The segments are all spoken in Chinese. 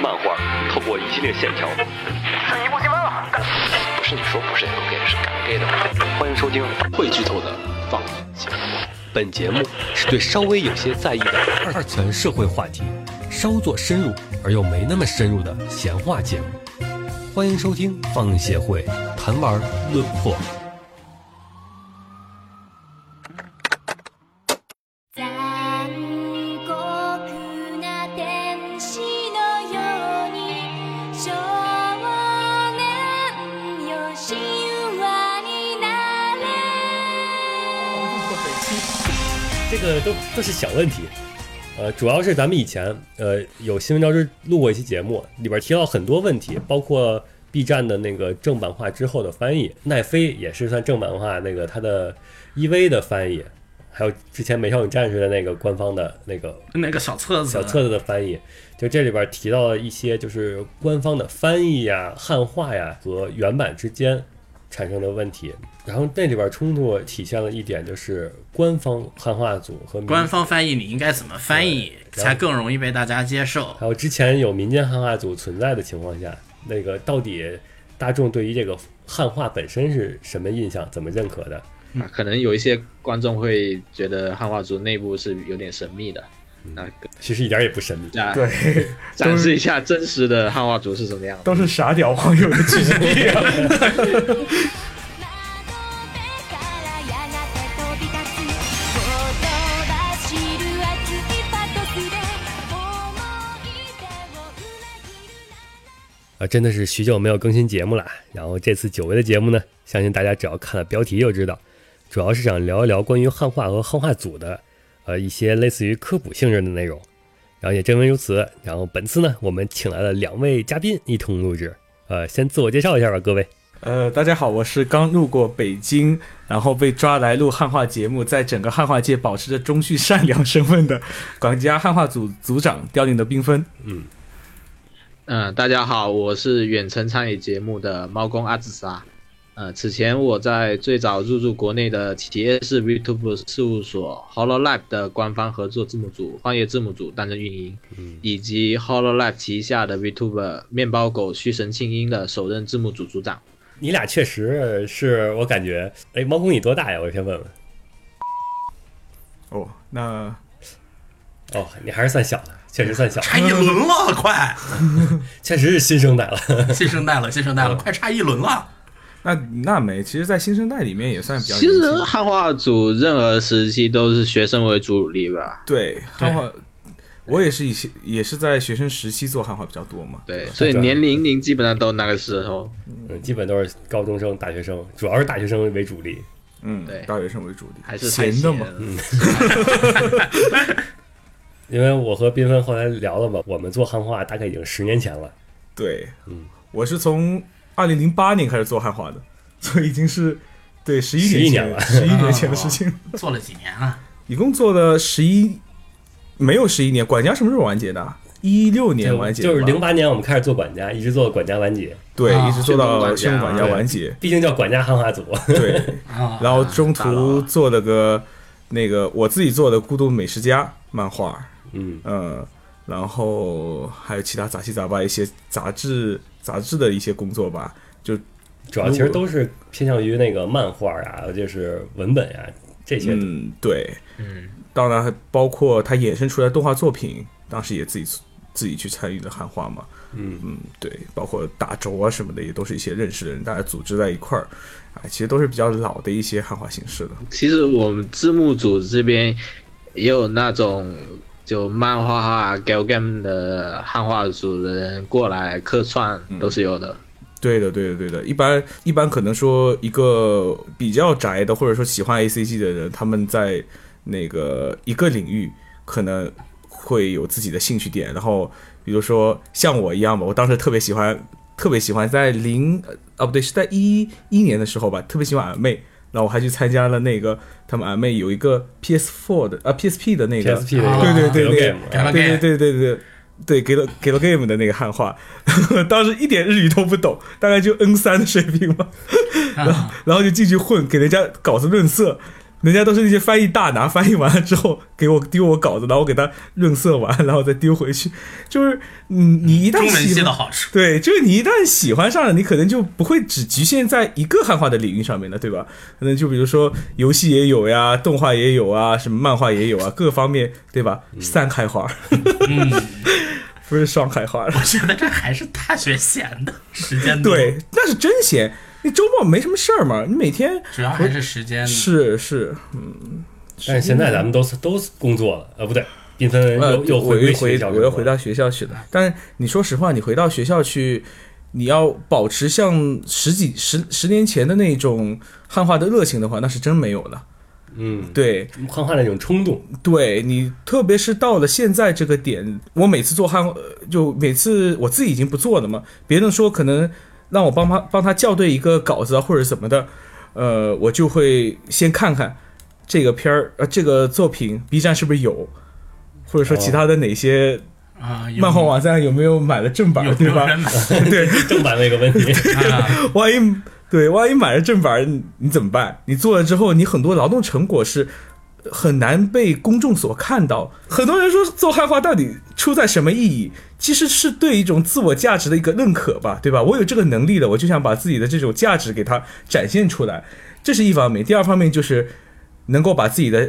漫画透过一系列线条，是一部新番了。不是你说不是 gay 是敢 gay 的。欢迎收听会剧透的放映节目。本节目是对稍微有些在意的二次元社会话题稍作深入而又没那么深入的闲话节目。欢迎收听放映协会谈玩论破。残酷な天使のように少年よ神話になれ这个都都是小问题。呃，主要是咱们以前呃有新闻招知录过一期节目，里边提到很多问题，包括 B 站的那个正版化之后的翻译，奈飞也是算正版化那个它的 EV 的翻译，还有之前《美少女战士》的那个官方的那个那个小册子，小册子的翻译，就这里边提到了一些就是官方的翻译呀、汉化呀和原版之间产生的问题。然后那里边冲突体现了一点，就是官方汉化组和民官方翻译你应该怎么翻译对才更容易被大家接受？还有之前有民间汉化组存在的情况下，那个到底大众对于这个汉化本身是什么印象，怎么认可的？嗯啊，可能有一些观众会觉得汉化族内部是有点神秘的，那跟其实一点也不神秘。大家嗯对， 展示一下真实的汉化族是什么样的。都是傻屌网友的聚集地啊。窓辺からやがて飛び立つ言葉知る熱いパトスで思い出を裏切る啊，真的是许久没有更新节目了。然后这次久违的节目呢，相信大家只要看了标题就知道，主要是想聊一聊关于汉化和汉化组的，呃，一些类似于科普性质的内容。然后也正因为如此，然后本次呢，我们请来了两位嘉宾一同录制。呃，先自我介绍一下吧，各位。 呃，大家好，我是刚路过北京，然后被抓来录汉化节目，在整个汉化界保持着中序善良身份的管家汉化组组长凋零的缤纷。嗯，大家好，我是远程参与节目的猫公阿紫莎。呃，此前我在最早入驻国内的企业式 VTube 事务所 HoloLab 的官方合作字幕组幻夜字幕组担任运营，嗯以及 HoloLab 旗下的 VTube 面包狗虚神庆英的首任字幕组组长。你俩确实是我感觉，哎，猫公你多大呀？我先问问。哦，那哦，你还是算小的，确实算小，差一轮了，快 确实是新生代了。 新生代了，新生代了，嗯快差一轮了。那那没，其实，在新生代里面也算比较其年轻实汉化组任何时期都是学生为主力吧，对汉化，我也是以前也是在学生时期做汉化比较多嘛。对，吧所以年龄您基本上都那个时候。嗯，基本都是高中生、大学生，主要是大学生为主力。嗯，对大学生为主力，还是太闲的嘛。了因为我和缤纷后来聊了嘛，我们做汉化大概已经十年前了，对，嗯，我是从二零零八年开始做汉化的， 所以已经是对十一11年前了十一年前的事 情了。做了几年啊？一共做了十一，没有十一年。管家什么时候完结的啊？一六年完结的吧，就是零八年我们开始做管家，一直做管家完结，对，啊一直做到宣宣布布管管家家完结。毕竟叫管家汉化组。对，啊，然后中大佬途做了个那个我自己做的《孤独美食家》漫画，嗯，嗯，然后还有其他杂七杂八一些杂志杂志的一些工作吧。主要其实都是偏向于那个漫画啊，就是文本呀、这些。嗯，对，嗯，当然还包括它衍生出来动画作品，当时也自己自己去参与的汉化嘛。嗯嗯，对，包括打轴啊什么的，也都是一些认识的人，大家组织在一块儿，啊，其实都是比较老的一些汉化形式了。其实我们字幕组这边也有那种就漫画啊、g a l game 的汉化组的人过来客串，嗯都是有的。对的，对的，对的。一般一般可能说一个比较宅的，或者说喜欢 A C G 的人，他们在那个一个领域可能会有自己的兴趣点。然后比如说像我一样吧，我当时特别喜欢，特别喜欢在零啊不对是在一一年的时候吧，特别喜欢俺妹。然后我还去参加了那个他们俺妹有一个 PS4 的啊 PSP 的那个 PSP 的对对对对 game，改了对改，对对对对对，给了给了 game 的那个汉化， 当时一点日语都不懂， 大概就 N 三的水平吧，然后然后就进去混，给人家稿子润色，人家都是那些翻译大拿，翻译完了之后给我丢我稿子，然后我给他润色完，然后再丢回去。就是，嗯，你一旦中文喜系欢的好处。 对，就是你一旦喜欢上了，你可能就不会只局限在一个汉化的领域上面了，对吧？可能就比如说游戏也有呀，动画也有啊，什么漫画也有啊，各方面对吧？三开 花，嗯，不是双开花。我觉得这还是大学闲的时间多， 对，那是真闲。你周末没什么事儿嘛？你每天主要还是时间。是是，但是现在咱们都是都是工作了，呃，不对，缤纷呃，又又我回归又学回校我又回到学校去了。但你说实话，你回到学校去，你要保持像十几十十年前的那种汉化的热情的话，那是真没有了。嗯，对汉化那种冲动，对，你特别是到了现在这个点，我每次做汉，呃就每次我自己已经不做了嘛，别人说可能让我帮他帮他校对一个稿子啊或者怎么的，呃，我就会先看看这个片儿呃这个作品 B 站是不是有，或者说哦其他的哪些啊，有漫画网站有没有买了正版有，没对有吧？ 人买对，正版那个问题， 啊？ 万一对万一买了正版，你你怎么办？你做了之后，你很多劳动成果是很难被公众所看到。很多人说做汉化到底出在什么意义？其实是对一种自我价值的一个认可吧，对吧？我有这个能力了，我就想把自己的这种价值给它展现出来，这是一方面。第二方面就是能够把自己的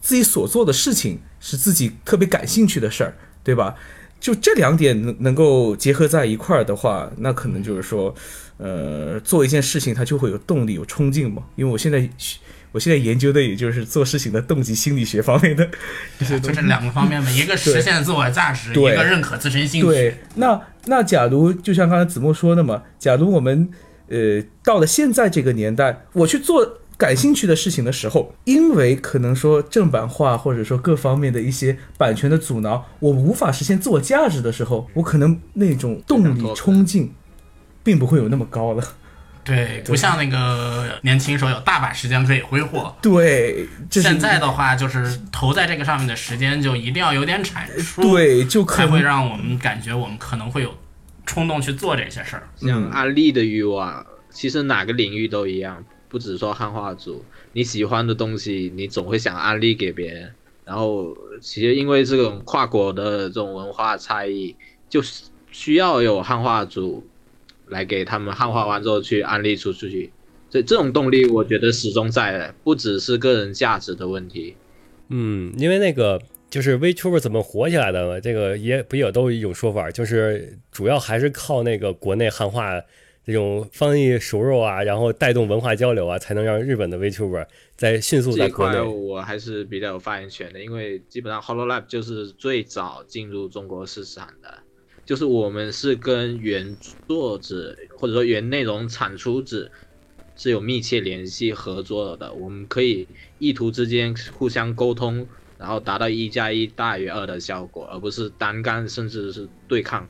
自己所做的事情是自己特别感兴趣的事儿，对吧？就这两点能能够结合在一块儿的话，那可能就是说，呃，做一件事情它就会有动力、有冲劲嘛。因为我现在学，我现在研究的也就是做事情的动机心理学方面的这些就东西这。两个方面 吧，一个实现自我价值，一对个认可自身兴趣。对，那那假如就像刚才子墨说的嘛，假如我们呃到了现在这个年代，我去做感兴趣的事情的时候，因为可能说正版化或者说各方面的一些版权的阻挠，我无法实现自我价值的时候，我可能那种动力冲劲。并不会有那么高了，对，不像那个年轻时候有大把时间可以挥霍，对，这是现在的话就是投在这个上面的时间就一定要有点产出，，呃对就可才会能让我们感觉我们可能会有冲动去做这些事儿。像安利的欲望，其实哪个领域都一样，不只说汉化组，你喜欢的东西，你总会想安利给别人。然后，其实因为这种跨国的这种文化差异，就是需要有汉化组来给他们汉化完之后去安利出出去。这这种动力，我觉得始终在的，不只是个人价值的问题。嗯，因为那个就是 VTuber 怎么火起来的嘛，这个也不也都有一种说法，就是主要还是靠那个国内汉化这种翻译熟肉啊，然后带动文化交流啊，才能让日本的 VTuber 在迅速这在一国块内。我还是比较有发言权的，因为基本上 Hololab 就是最早进入中国市场的，就是我们是跟原作者或者说原内容产出者是有密切联系合作的，我们可以意图之间互相沟通，然后达到一加一大于二的效果，而不是单干甚至是对抗。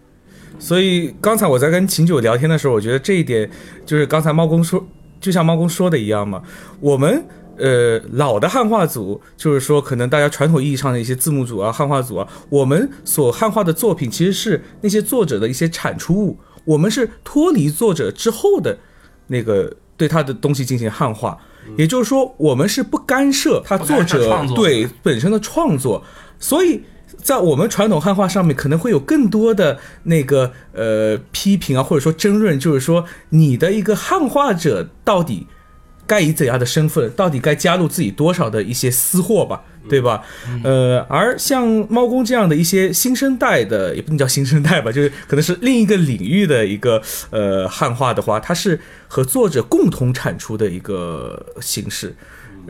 所以刚才我在跟秦九聊天的时候，我觉得这一点就是刚才猫公说，就像猫公说的一样嘛，我们。呃，老的汉化组就是说，可能大家传统意义上的一些字幕组啊、汉化组啊，我们所汉化的作品其实是那些作者的一些产出物，我们是脱离作者之后的那个对他的东西进行汉化，也就是说，我们是不干涉他作不干涉者创作对本身的创作，所以在我们传统汉化上面，可能会有更多的那个呃批评啊，或者说争论，就是说你的一个汉化者到底该以怎样的身份，到底该加入自己多少的一些私货吧，嗯对吧？呃，而像猫公这样的一些新生代的，也不能叫新生代吧，就是可能是另一个领域的一个呃汉化的话，它是和作者共同产出的一个形式。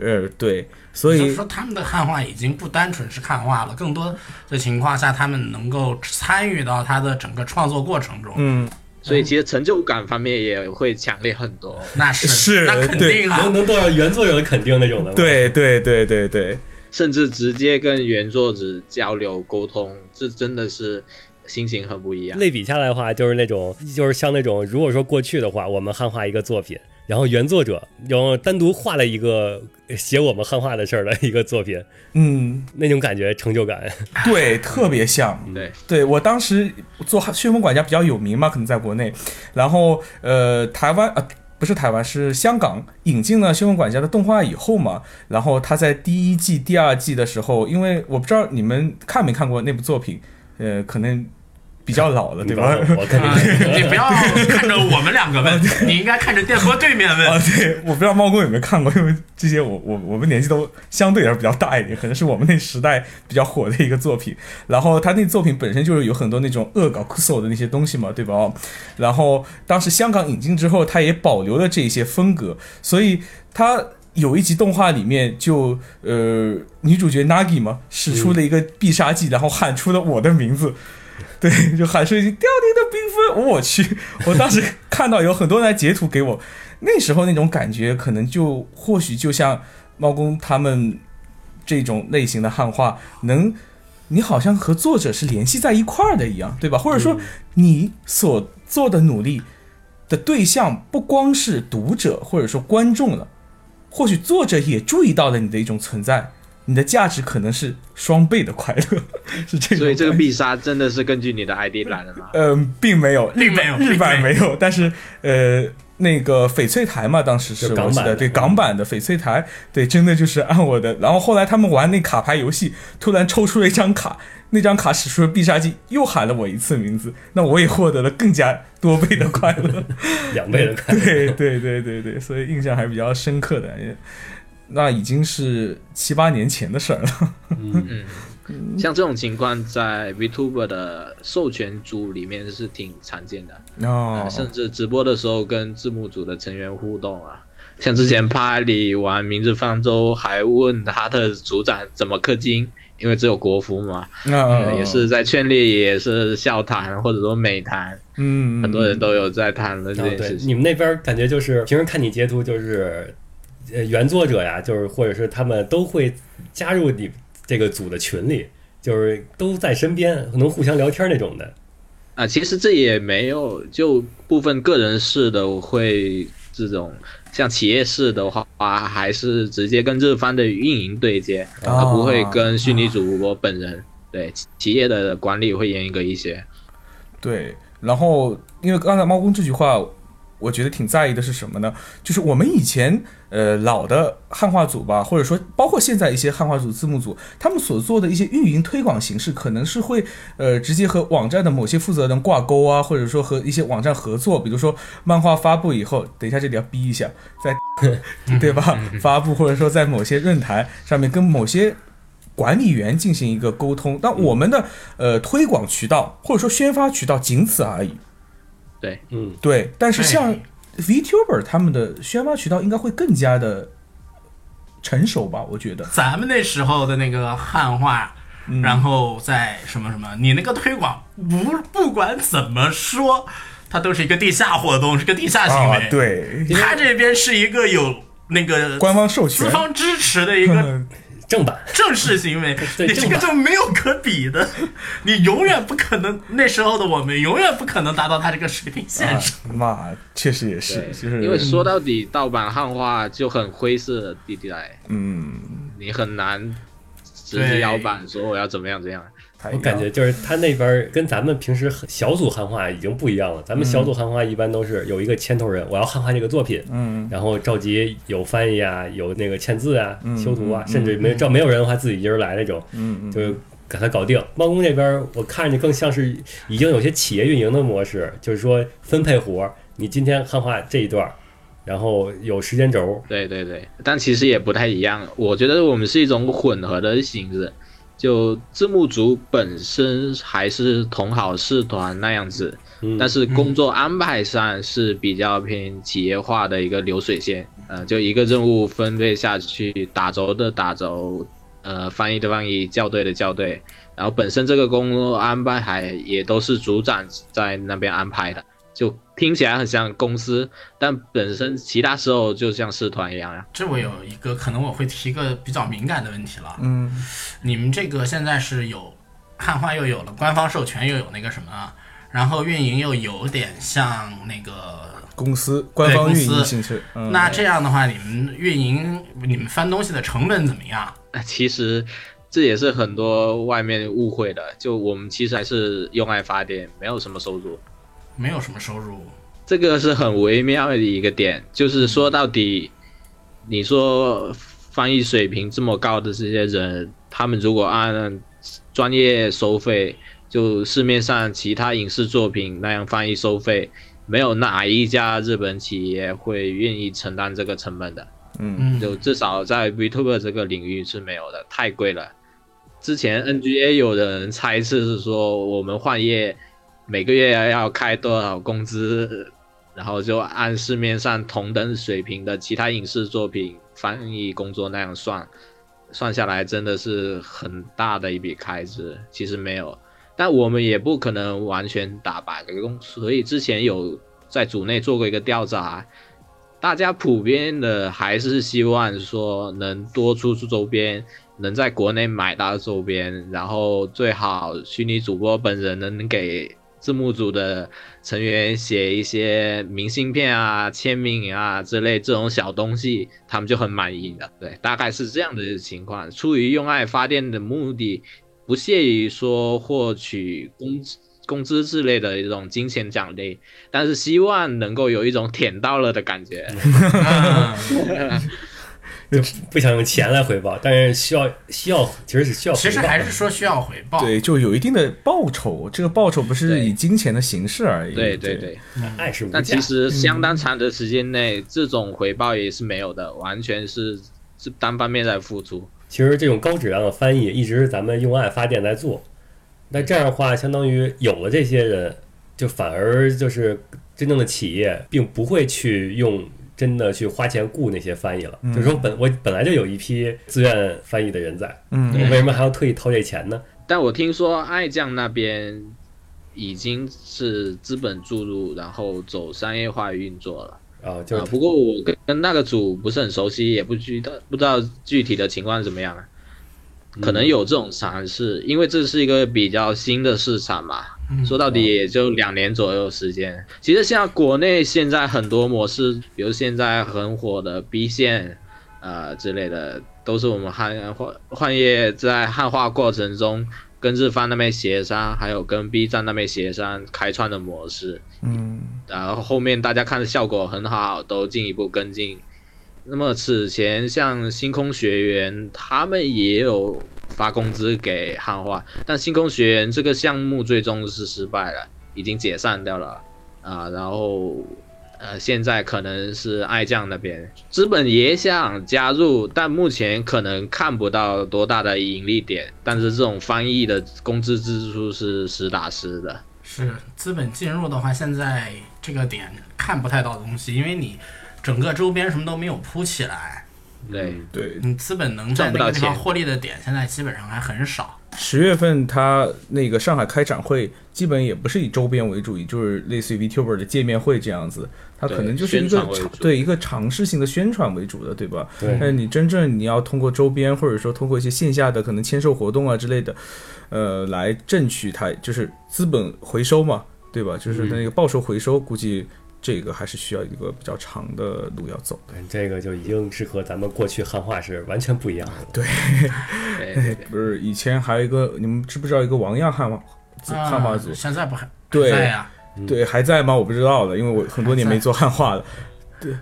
呃，对，所嗯就是以说，他们的汉化已经不单纯是汉化了，更多的情况下，他们能够参与到他的整个创作过程中，嗯，所哦以其实成就感方面也会强烈很多。那是是那肯定啊能，能得到原作者的肯定那 种的，，对对对对对，甚至直接跟原作者交流沟通，这真的是心情很不一样。类比下来的话，就是那种，就是像那种，如果说过去的话，我们汉化一个作品，然后原作者然后单独画了一个写我们汉化的事儿的一个作品，嗯，那种感觉成就感，对，特别像。对，对我当时做《旋风管家》比较有名嘛，可能在国内，然后呃，台湾呃，不是台湾，是香港引进了《修文管家》的动画以后嘛，然后他在第一季、第二季的时候，因为我不知道你们看没看过那部作品，呃，可能比较老了，对吧？ 我肯啊定你不要看着我们两个 问，你应该看着电波对面啊，问。对，我不知道猫公有没有看过，因为这些我我我们年纪都相对来说比较大一点，可能是我们那时代比较火的一个作品。然后他那作品本身就是有很多那种恶搞酷搜的那些东西嘛，对吧？哦然后当时香港引进之后，他也保留了这一些风格，所以他。有一集动画里面就呃女主角 Nagi 嘛使出了一个必杀技，然后喊出了我的名字，对，就喊出一句“凋零的缤纷”，我去！我当时看到有很多人来截图给我，那时候那种感觉，可能就或许就像猫公他们这种类型的汉化，能你好像和作者是联系在一块儿的一样，对吧？或者说你所做的努力的对象不光是读者或者说观众了，或许作者也注意到了你的一种存在。你的价值可能是双倍的快乐， 是这种感觉。所以这个必杀真的是根据你的 ID 来的吗？嗯，并没有，日并没本有日版并没有，但是呃，那个翡翠台嘛，当时是就港我记版得的对港版的翡翠台，对，真的就是按我的。然后后来他们玩那卡牌游戏，突然抽出了一张卡，那张卡使出了必杀技，又喊了我一次名字，那我也获得了更加多倍的快乐。两 倍的 看。对对对对对，所以印象还是比较深刻的。也那已经是七八年前的事儿了。嗯，像这种情况在 VTuber 的授权组里面是挺常见的，哦呃，甚至直播的时候跟字幕组的成员互动啊。像之前拍里玩《明日方舟》，还问他的组长怎么氪金，因为只有国服嘛，那呃也是在圈里也是笑谈或者说美谈，嗯，很多人都有在谈论这啊，件对事，情。你们那边感觉就是平时看你截图就是，呃，原作者呀，就是或者是他们都会加入你这个组的群里，就是都在身边，能互相聊天那种的。啊，其实这也没有，就部分个人式的我会这种，像企业式的话，还是直接跟日方的运营对接，哦而不会跟虚拟主播本人。对，企业的管理会严格一些。对，然后因为刚才猫公这句话，我觉得挺在意的是什么呢？就是我们以前呃老的汉化组吧，或者说包括现在一些汉化组、字幕组，他们所做的一些运营推广形式，可能是会呃直接和网站的某些负责人挂钩啊，或者说和一些网站合作，比如说漫画发布以后，等一下这里要逼一下，在 对吧发布，或者说在某些论坛上面跟某些管理员进行一个沟通。但嗯我们的呃推广渠道或者说宣发渠道仅此而已。对，嗯，对，但是像哎 VTuber 他们的宣发渠道应该会更加的成熟吧？我觉得。咱们那时候的那个汉化，然后在什么什么，你那个推广不不管怎么说，它都是一个地下活动，是个地下行啊为。，，对，它这边是一个有那个官方授权资。方支持的一个 正版正式行为， 对你这个正版就没有可比的，你永远不可能。那时候的我们永远不可能达到它这个水平线上。嘛，啊确实也是，就是因为说到底，盗版汉化就很灰色的地带，嗯，你很难直接摇板说我要怎么样怎么样。太我感觉就是他那边儿跟咱们平时很小组汉化已经不一样了。咱们小组汉化一般都是有一个牵头人，我要汉化这个作品，嗯，然后召集有翻译啊，有那个签字啊、修图啊，嗯甚至没照没有人的话自己一人来那种，嗯嗯就是给他搞定。猫公那边儿我看着更像是已经有些企业运营的模式，就是说分配活儿，你今天汉化这一段儿，然后有时间轴，对对对，但其实也不太一样。我觉得我们是一种混合的形式，就字幕组本身还是同好社团那样子，嗯但是工作安排上是比较偏企业化的一个流水线。呃，就一个任务分配下去，打轴的打轴，呃，翻译的翻译，校对的校对。然后本身这个工作安排还也都是组长在那边安排的，就听起来很像公司，但本身其他时候就像社团一样呀、这我有一个可能我会提个比较敏感的问题了。嗯你们这个现在是有汉化又有了官方授权，又有那个什么，啊然后运营又有点像那个。公司官方对公运司营形式，嗯那这样的话，你们运营、你们翻东西的成本怎么样？啊。 其实这也是很多外面误会的，就我们其实还是用爱发电，没有什么收入。没有什么收入，这个是很微妙的一个点，就是说到底，你说翻译水平这么高的这些人，他们如果按专业收费，就市面上其他影视作品那样翻译收费，没有哪一家日本企业会愿意承担这个成本的。嗯嗯，就至少在 VTuber 这个领域是没有的，太贵了。之前 NGA 有人猜测是说我们换业每个月要开多少工资，然后就按市面上同等水平的其他影视作品翻译工作那样算，算下来真的是很大的一笔开支。其实没有，但我们也不可能完全打百工，所以之前有在组内做过一个调查，大家普遍的还是希望说能多出出周边，能在国内买到周边，然后最好虚拟主播本人能给字幕组的成员写一些明信片啊、签名啊之类这种小东西，他们就很满意了。对，大概是这样的情况。出于用爱发电的目的，不屑于说获取工资工资之类的一种金钱奖励，但是希望能够有一种舔到了的感觉。 嗯不想用钱来回报，但是需要需要其实是需要回报其的。实还是说需要回报。对，就有一定的报酬，这个报酬不是对以金钱的形式而已。对对对对，爱是无价但。其实相当长的时间内，这种回报也是没有的，完全是是单方面在付出。其实这种高质量的翻译一直是咱们用爱发电在做。那这样的话，相当于有了这些人，就反而就是真正的企业并不会去用真的去花钱雇那些翻译了。就是说本我本来就有一批自愿翻译的人在，嗯我为什么还要特意掏这钱呢？但我听说爱酱那边已经是资本注入，然后走商业化运作了。啊，就是啊，不过我跟跟那个组不是很熟悉，也不知道不知道具体的情况怎么样啊。嗯可能有这种尝试，因为这是一个比较新的市场嘛，说到底也就两年左右时间。其实像国内现在很多模式，比如现在很火的 B 线，呃之类的，都是我们汉化换业在汉化过程中跟日方那边协商，还有跟 B 站那边协商开创的模式。嗯然后后面大家看的效果很好，都进一步跟进。那么此前像星空学员，他们也有发工资给汉化，但星空学员这个项目最终是失败了，已经解散掉了啊。然后呃，现在可能是爱将那边资本也想加入，但目前可能看不到多大的盈利点。但是这种翻译的工资支出是实打实的。是资本进入的话，现在这个点看不太到东西，因为你整个周边什么都没有铺起来，对，对，你资本能在赚不那到个地方钱获利的点，现在基本上还很少。十月份他那个上海开展会，基本也不是以周边为主，也就是类似于 VTuber 的见面会这样子，它可对能就是宣一个传为尝主对一个尝试性的宣传为主的，对吧？对但是你真正你要通过周边，或者说通过一些线下的可能签售活动啊之类的，呃，来挣取它就是资本回收嘛，对吧？就是那个报酬回收，估计这个还是需要一个比较长的路要走的。嗯这个就已经是和咱们过去汉化是完全不一样 的。对，对对对。不是以前还有一个，你们知不知道一个王样汉化组汉化组啊、？现在不还对还在啊呀、对，还在吗？我不知道了，因为我很多年没做汉化了。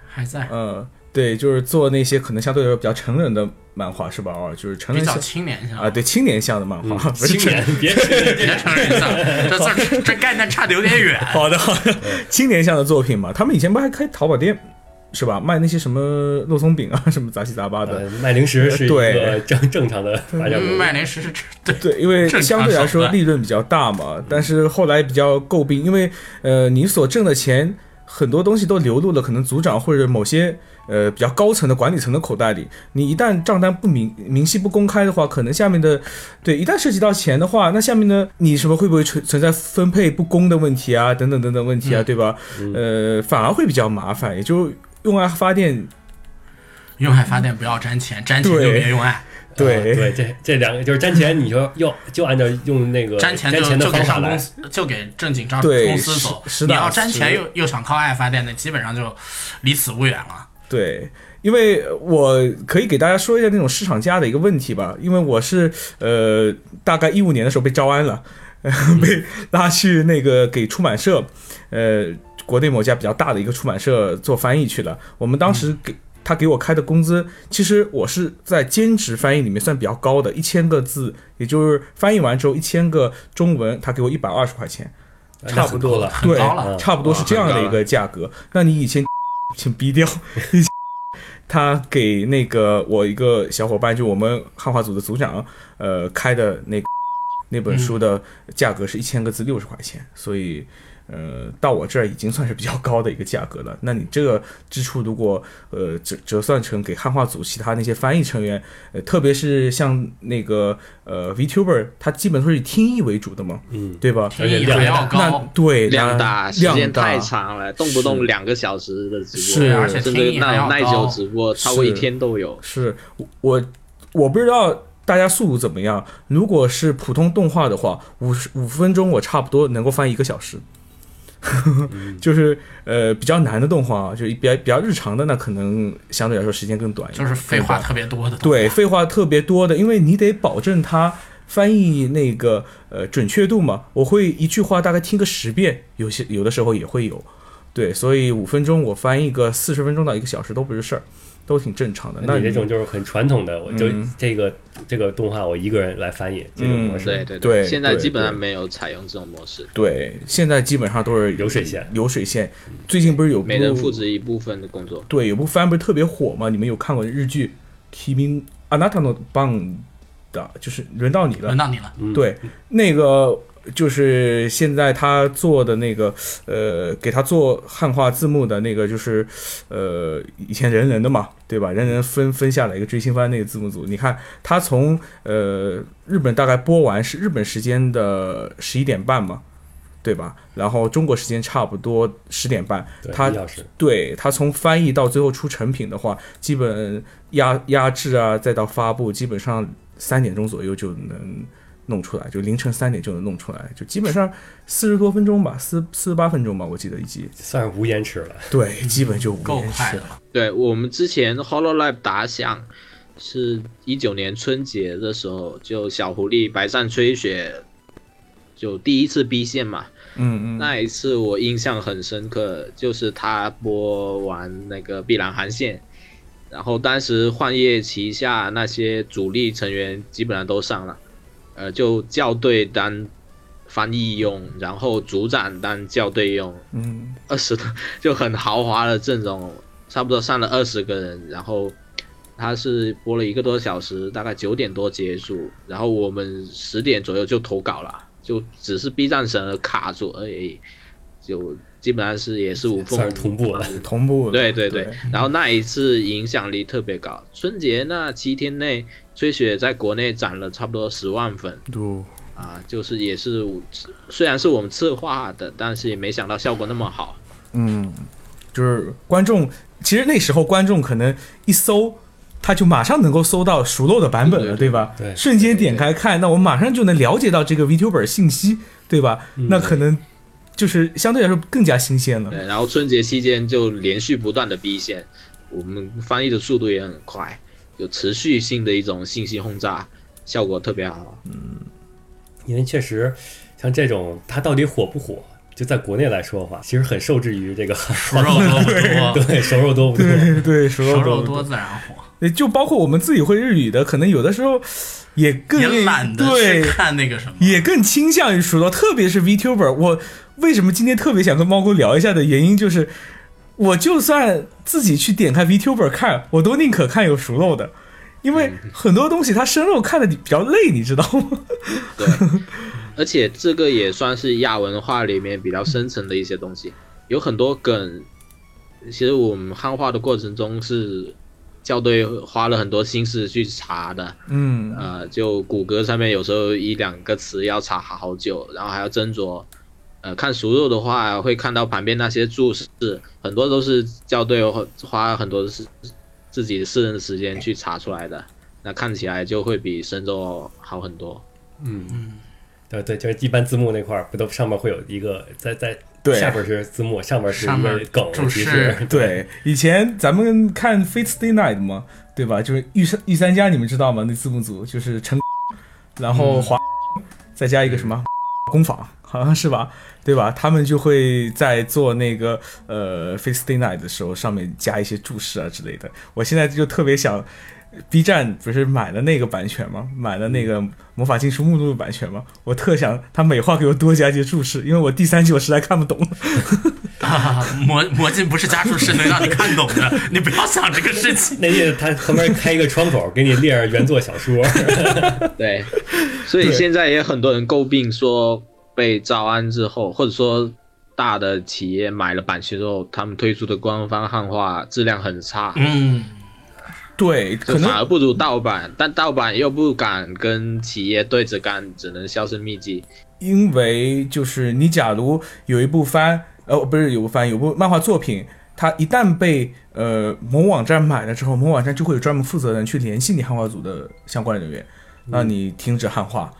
还在，嗯，对，就是做那些可能相对来说比较成人的漫画是吧？哦，就是成比人较向青年向 啊，对，青年向的漫画，不是青成年别吃别成人 向，这字儿这概念差的有点远。好的好的，青年向的作品嘛，他们以前不还开淘宝店是吧？卖那些什么肉松饼啊，什么杂七杂八的。呃卖零食是一个对正正常的发展嗯模式卖零食是吃对对，因为正常相对来手说段利润比较大嘛，但是后来比较诟病，因为呃，你所挣的钱很多东西都流入了可能组长或者某些呃比较高层的管理层的口袋里。你一旦账单不明明细不公开的话，可能下面的对一旦涉及到钱的话，那下面呢，你什么会不会存存在分配不公的问题啊，等等等等问题嗯啊，对吧？呃，反而会比较麻烦，也就用爱发电。用爱发电不要沾钱，沾钱就对别用爱，对啊对，这这两个就是瞻前，你说要就按照用那个沾钱就的就给方法上来公，司，就给正经账对公司实走。实你打要沾钱实又又想靠爱发电，那基本上就离死不远了。对，因为我可以给大家说一下那种市场价的一个问题吧，因为我是呃，大概一五 年的时候被招安了，呃被拉去那个给出版社，呃，国内某家比较大的一个出版社做翻译去了。我们当时给他给我开的工资，其实我是在兼职翻译里面算比较高的，一千个字，也就是翻译完之后一千个中文，他给我一百二十块钱，差不多了，对高了，差不多是这样的一个价格。那你以前 请逼掉，以前 他给那个我一个小伙伴，就我们汉化组的组长，呃，开的那个那本嗯书的价格是一千个字六十块钱，所以。呃，到我这儿已经算是比较高的一个价格了。那你这个支出如果呃折折算成给汉化组其他那些翻译成员，呃，特别是像那个呃 VTuber，他基本都是以听译为主的嘛，嗯，对吧？听译还要那高，对量大大，时间量大太长了，动不动两个小时的直是播，而且听甚至力还那要种耐高久直播超过一天都有。是我我不知道大家速度怎么样。如果是普通动画的话，五十五分钟我差不多能够翻一个小时。 就是呃比较难的动画，就比较比较日常的，那可能相对来说时间更短一点。就是废话对吧特别多的。对，废话特别多的，因为你得保证它翻译那个呃准确度嘛。我会一句话大概听个十遍，有些有的时候也会有，对，所以五分钟我翻译个四十分钟到一个小时都不是事儿，都挺正常的。那嗯那你这种就是很传统的，我就这个这个动画我一个人来翻译这种模对式，对对现在对基本上对嗯没有采用这种模式，对，现在基本上都是流水线流水线。最近不是有部每人负责一部分的工作。对有部番不是特别火嘛？你们有看过日剧《Kimi Anata no Ban》的，就是轮到你了轮。到你了，对，那个就是现在他做的那个，呃，给他做汉化字幕的那个，就是呃，以前人人的嘛，对吧？人人分分下来一个追星番那个字幕组，你看他从呃日本大概播完是日本时间的十一点半嘛。对吧？然后中国时间差不多十点半，对他一小时对它从翻译到最后出成品的话，基本压压制啊，再到发布，基本上三点钟左右就能弄出来，就凌晨三点就能弄出来，就基本上四十多分钟吧，四四十八分钟吧，我记得一集。算是无延迟了。对，基本就五够年快是的了。对我们之前 Hololive 打响是一九年春节的时候，就小狐狸白善吹雪就第一次 B 线嘛，嗯嗯，那一次我印象很深刻，就是他播完那个《碧蓝航线》，然后当时幻夜旗下那些主力成员基本上都上了，呃，就校对当翻译用，然后组长当校对用，嗯，二十 就很豪华的阵容，差不多上了二十个人，然后他是播了一个多小时，大概九点多结束，然后我们十点左右就投稿了，就只是 B 站审核卡住而已，就基本上是也是无缝算是同步了嗯同步的对对对对，然后那一次影响力特别高，春节那七天内，崔雪在国内涨了差不多十万粉，都啊，就是也是我虽然是我们策划的，但是也没想到效果那么好。嗯，就是观众，其实那时候观众可能一搜。他就马上能够搜到熟漏的版本了，对对对吧？对瞬间点开看，那我马上就能了解到这个 VTuber 信息，对吧？那可能就是相对来说更加新鲜了。对，然后春节期间就连续不断的逼线，我们翻译的速度也很快，有持续性的一种信息轰炸，效果特别好。啊因为确实，像这种它到底火不火，就在国内来说的话，其实很受制于这个熟肉多啊不多？ 对熟肉多不多。对对，熟熟漏肉多多自然火，对就包括我们自己会日语的，可能有的时候也更也懒得去对，看那个什么。也更倾向于熟到，特别是 VTuber。我为什么今天特别想跟猫哥聊一下的原因就是，我就算自己去点开 VTuber 看，我都宁可看有熟肉的，因为很多东西它生肉看的比较累，你知道吗？对，而且这个也算是亚文化里面比较深层的一些东西，有很多梗，其实我们汉化的过程中是校对花了很多心思去查的。嗯呃，就谷歌上面有时候一两个词要查好久，然后还要斟酌。呃，看熟肉的话，会看到旁边那些注释，很多都是校对花很多是自己私人的时间去查出来的，那看起来就会比深肉好很多。嗯对对，就是一般字幕那块儿，不都上面会有一个在在对下边是字幕，上边是上一面个梗注提释示。 对，以前咱们看《Fate Stay Night》嘛，对吧？就是御三御嗯三家，你们知道吗？那字幕组就是陈，然后华，再加一个什么，工坊， 好像是吧？对吧？他们就会在做那个呃 Fix Day Night 的时候，上面加一些注释啊之类的。我现在就特别想，B 站不是买了那个版权吗？买了那个《魔法禁书目录》的版权吗？我特想他美化给我多加一些注释，因为我第三集我实在看不懂。啊， 魔魔镜不是加注是能让你看懂的，你不要想这个事情。那页他旁边开一个窗口，给你列着原作小说。 对，所以对现在也很多人诟病说，被招安之后，或者说大的企业买了版权之后，他们推出的官方汉化质量很差，嗯，对，可就能反而不如盗版，但盗版又不敢跟企业对着干，只能销声匿迹。因为就是你假如有一部番，呃，不是有部番，有部漫画作品，它一旦被呃某网站买了之后，某网站就会有专门负责人去联系你汉化组的相关人员，让你停止汉化。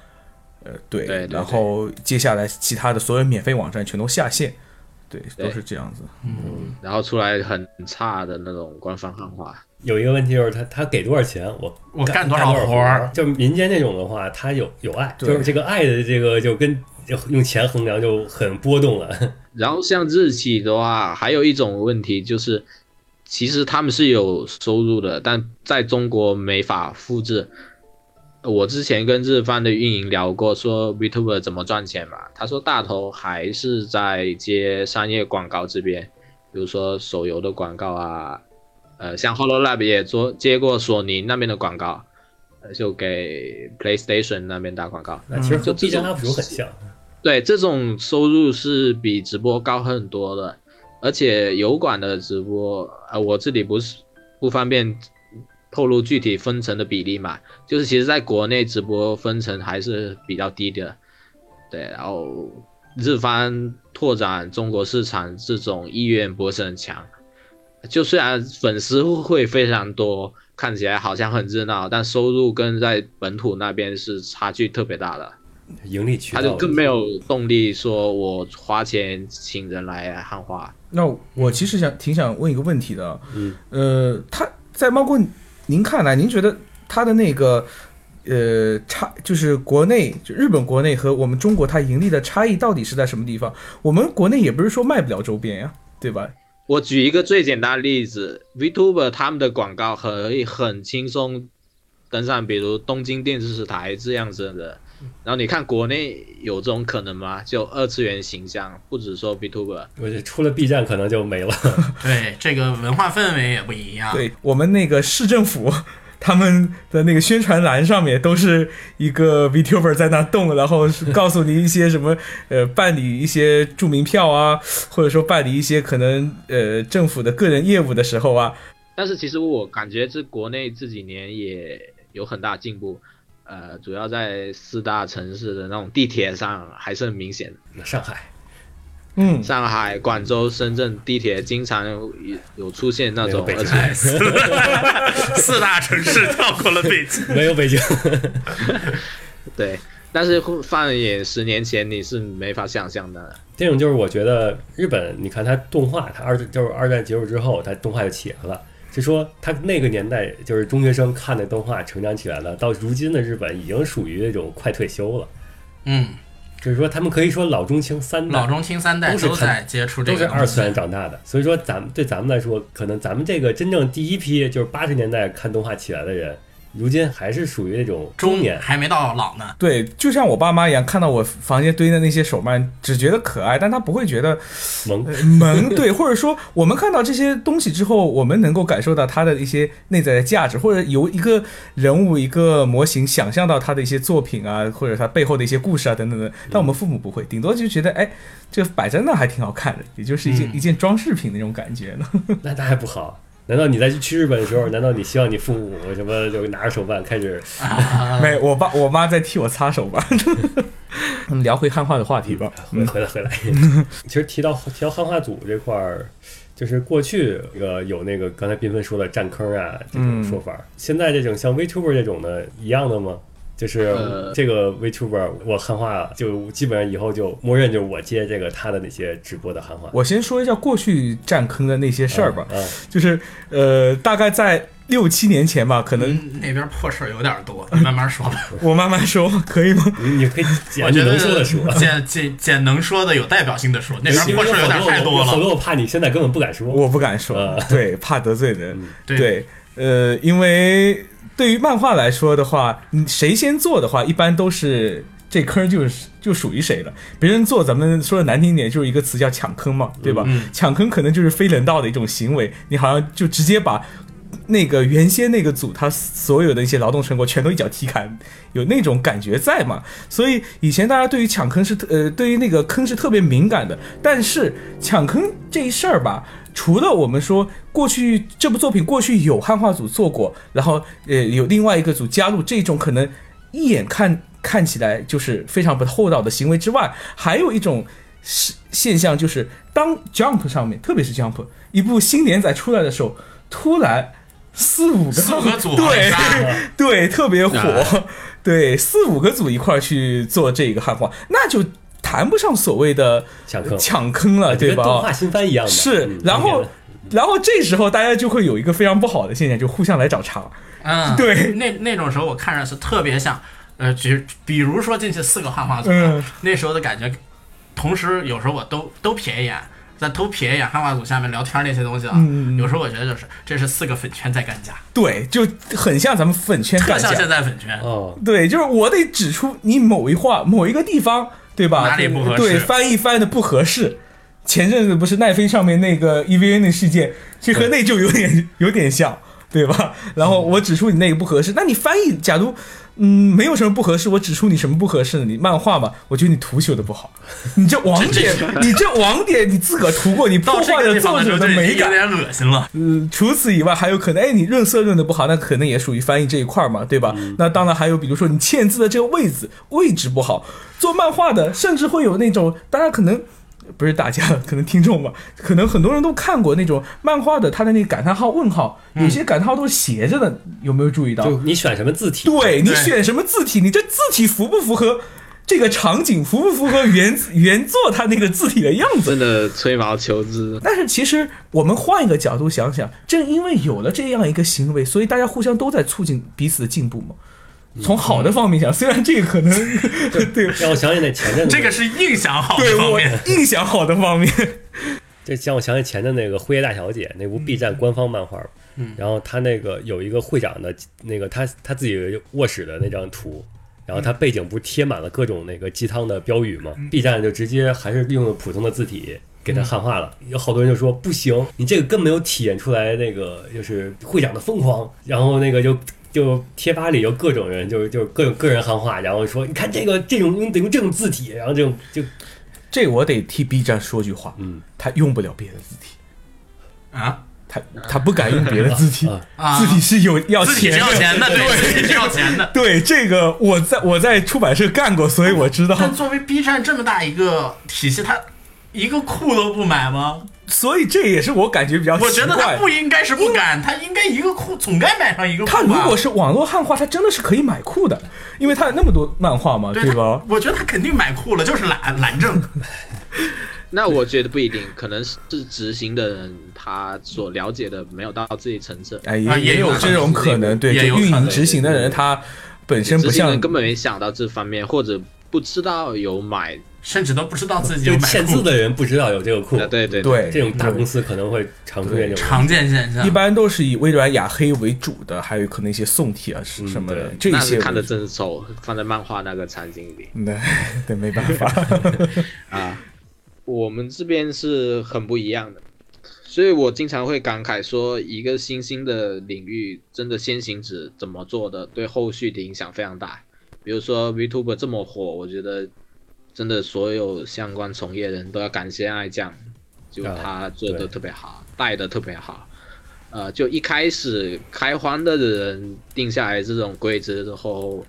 呃，对，嗯对对然后接下来其他的所有免费网站全都下线，对，对都是这样子。然后出来很差的那种官方汉化，有一个问题就是他他给多少钱，我我干干多少活活儿？就是民间那种的话，他有有爱，对就是这个爱的这个就跟就用钱衡量就很波动了。 然后像日企的话，还有一种问题就是，其实他们是有收入的，但在中国没法复制。我之前跟日方的运营聊过，说 VTuber 怎么赚钱嘛？他说大头还是在接商业广告这边，比如说手游的广告啊，呃，像 HoloLab 也做接过索尼那边的广告，呃就给 PlayStation 那边打广告。那其实和嗯就 B 站这种 UP 主很像，对，这种收入是比直播高很多的，而且油管的直播，呃，我这里不是不方便透露具体分成的比例嘛，就是其实在国内直播分成还是比较低的，对，然后日方拓展中国市场这种意愿不是很强，就虽然粉丝会非常多，看起来好像很热闹，但收入跟在本土那边是差距特别大的。盈利渠他道就更没有动力说我花钱请人来汉化。那我其实想挺想问一个问题的，嗯，呃，他在猫哥您看来，您觉得他的那个呃差，就是国内就日本国内和我们中国它盈利的差异到底是在什么地方？我们国内也不是说卖不了周边呀，对吧？我举一个最简单的例子，Vtuber 他们的广告可以很轻松登上，比如东京电视台这样子的。然后你看国内有这种可能吗？就二次元形象，不只说 Vtuber，我就出了 B 站可能就没了。 对，这个文化氛围也不一样。对我们那个市政府。他们的那个宣传栏上面都是一个 VTuber 在那动，然后是告诉你一些什么，呃，办理一些住民票啊，或者说办理一些可能呃政府的个人业务的时候啊，但是其实我感觉这国内这几年也有很大进步，呃，主要在四大城市的那种地铁上还是很明显的。上海嗯，上海、广州、深圳地铁经常有有出现那没有种，北而京，且四大城市跳过了北京。没有北京，对，但是放眼十年前你是没法想象的。这种就是我觉得日本，你看它动画，它二就是二战结束之后，它动画就起来了。就说它那个年代就是中学生看的动画成长起来了，到如今的日本已经属于那种快退休了，嗯，就是说他们可以说老中青三代老中青三代都是都看在接触这都个是东西二次元长大的，所以说咱们对咱们来说，可能咱们这个真正第一批就是八十年代看动画起来的人，如今还是属于那种中中年。还没到老呢。对，就像我爸妈一样，看到我房间堆的那些手办，只觉得可爱，但他不会觉得萌呃萌。对，或者说我们看到这些东西之后，我们能够感受到它的一些内在的价值，或者由一个人物、一个模型想象到他的一些作品啊，或者他背后的一些故事啊等嗯等等。但我们父母不会，顶多就觉得哎，这摆在那还挺好看的，也就是一件、一件装饰品那种感觉呢。那那还不好？难道你在去日本的时候，难道你希望你父母什么就拿着手办开始？啊没，我爸我妈在替我擦手 吧。我嗯们聊回汉化的话题吧。回回来回 来。其实提到提到汉化组这块儿，就是过去呃有那个刚才缤纷说的占坑啊这种说嗯法儿，现在这种像 VTuber 这种的一样的吗？就是呃这个 VTuber 我汉化就基本上以后就默认就是我接这个他的那些直播的汉化。我先说一下过去占坑的那些事儿吧。嗯，就是呃，大概在六七年前吧，可能嗯，那边破事儿有点多，咱慢慢说吧。我慢慢说可以吗？你你可以捡我你觉能得说的说。捡捡捡能说的有代表性的说， 那因边为破事儿有点太多好了。多我怕你现在根本不敢说。我不敢说呃，嗯对，怕得罪人。对对，呃，因为对于漫画来说的话，嗯谁先做的话，一般都是这坑就是就属于谁了。别人做，咱们说的难听一点，就是一个词叫抢坑嘛，对吧？嗯抢坑可能就是非人道的一种行为，你好像就直接把。那个原先那个组他所有的一些劳动成果全都一脚踢开，有那种感觉在嘛？所以以前大家对于抢坑是特呃，对于那个坑是特别敏感的。但是抢坑这一事儿吧，除了我们说过去这部作品过去有汉化组做过，然后呃有另外一个组加入这种可能一眼看看起来就是非常不厚道的行为之外，还有一种是现象，就是当 Jump 上面，特别是 Jump 一部新连载出来的时候，突然四五个四五个组合啊对杀对特别火，哎对四五个组一块儿去做这个汉化，那就谈不上所谓的抢坑抢坑了，就对跟吧？哎动画新番一样的。是嗯，然后明白了。然后这时候大家就会有一个非常不好的现象，就互相来找茬。嗯，对那那种时候我看上去特别像，呃，只比如说进去四个汉化组，嗯那时候的感觉，同时有时候我都都瞥一眼。在都瞥一眼汉化组下面聊天那些东西啊，嗯有时候我觉得就是这是四个粉圈在干架，对，就很像咱们粉圈特干像现架。在粉圈。哦，对，就是我得指出你某一话某一个地方，对吧？哪里不合适对，翻译翻的不合适。前阵子不是奈飞上面那个 EVA 那事件，其实和那就有点有点像，对吧？然嗯后我指出你那个不合适，那你翻译假如。嗯，没有什么不合适，我指出你什么不合适呢？你漫画嘛，我觉得你图修的不好，你这网点，你这网点你自个儿涂过，你破到这坏个地了方作的时者候的就已经美感有。点恶心了。嗯，除此以外，还有可能，哎，你润色润的不好，那可能也属于翻译这一块儿嘛，对吧？那当然还有，比如说你嵌字的这个位置位置不好，做漫画的甚至会有那种，大家可能不是大家，可能听众吧，可能很多人都看过那种漫画的，它的那个感叹号、问号，有些感叹号都是斜着的，有没有注意到？就你选什么字体？对你对选什么字体，你这字体符不符合这个场景，符不符合原原作它那个字体的样子？真的吹毛求 疵。但是其实我们换一个角度想想，正因为有了这样一个行为，所以大家互相都在促进彼此的进步嘛。嗯从好的方面讲，虽然这个可 能对让我想起那前阵子，这个是印象好对的方我面，印象好的方面，这让我想起前阵那个《辉夜大小姐》那部 B 站官方漫画，嗯，然后他那个有一个会长的那个他他自己卧室的那张图，然后他背景不是贴满了各种那个鸡汤的标语吗？B 站就直接还是用了普通的字体。给他汉化了，有好多人就说不行，你这个更没有体现出来那个就是会长的疯狂。然后那个就就贴吧里有各种人，就是就是各种个人汉化，然后说你看这个这种用得用这种字体，然后这种就这我得替 B 站说句话，嗯，他用不了别的字体，啊他他不敢用别的字体，啊啊！ 字体是有要自己钱是的要钱的，对，自己是要钱 的。对这个，我在我在出版社干过，所以我知道。 但作为 B 站这么大一个体系，他一个库都不买吗？所以这也是我感觉比较 我奇觉得怪他。不应该是不敢，他应该一个库总该买上一个库吧。他如果是网络汉化，他真的是可以买库的，因为他有那么多漫画嘛，对对吧他？，我觉得他肯定买库了，就是懒懒政。 那我觉得不一定，可能是执行的人他所了解的没有到自己层次，哎，啊也也有这种可能，对，也就有运可营能执行的人他本身不执行像人根本没想到这方面，或者不知道有买。甚至都不知道自己有就买签字库，的人不知道有这个库，啊，对对，对这种大公司可啊能会常出现这种问题。常见现象。一般都是以微软雅黑为主的，还有可能一些宋体啊是什么的，嗯这那些是看的为主真丑，放在漫画那个场景里那对 没办法， 啊。我们这边是很不一样的，所以我经常会感慨说，一个新兴的领域真的先行者怎么做的，对后续的影响非常大。比如说 VTuber 这么火，我觉得真的所有相关从业人都要感谢爱酱，就啊他做的对特别好，带的特别好。呃，就一开始开荒的人定下来这种规则之后，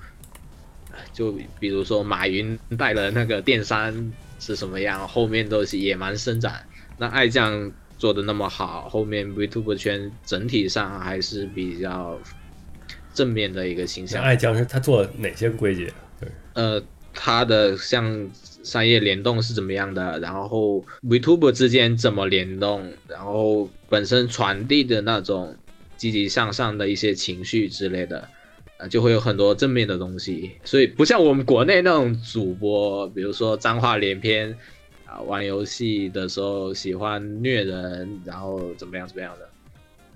就比如说马云带的那个电商是什么样，后面都是野蛮生长。那爱酱做的那么好，后面 VTuber 圈整体上还是比较正面的一个形像象。爱将是他做哪些规矩？呃，它的像商业联动是怎么样的，然后 VTuber 之间怎么联动，然后本身传递的那种积极向上的一些情绪之类的，呃，就会有很多正面的东西。所以不像我们国内那种主播，比如说脏话连篇啊、玩游戏的时候喜欢虐人，然后怎么样怎么样的，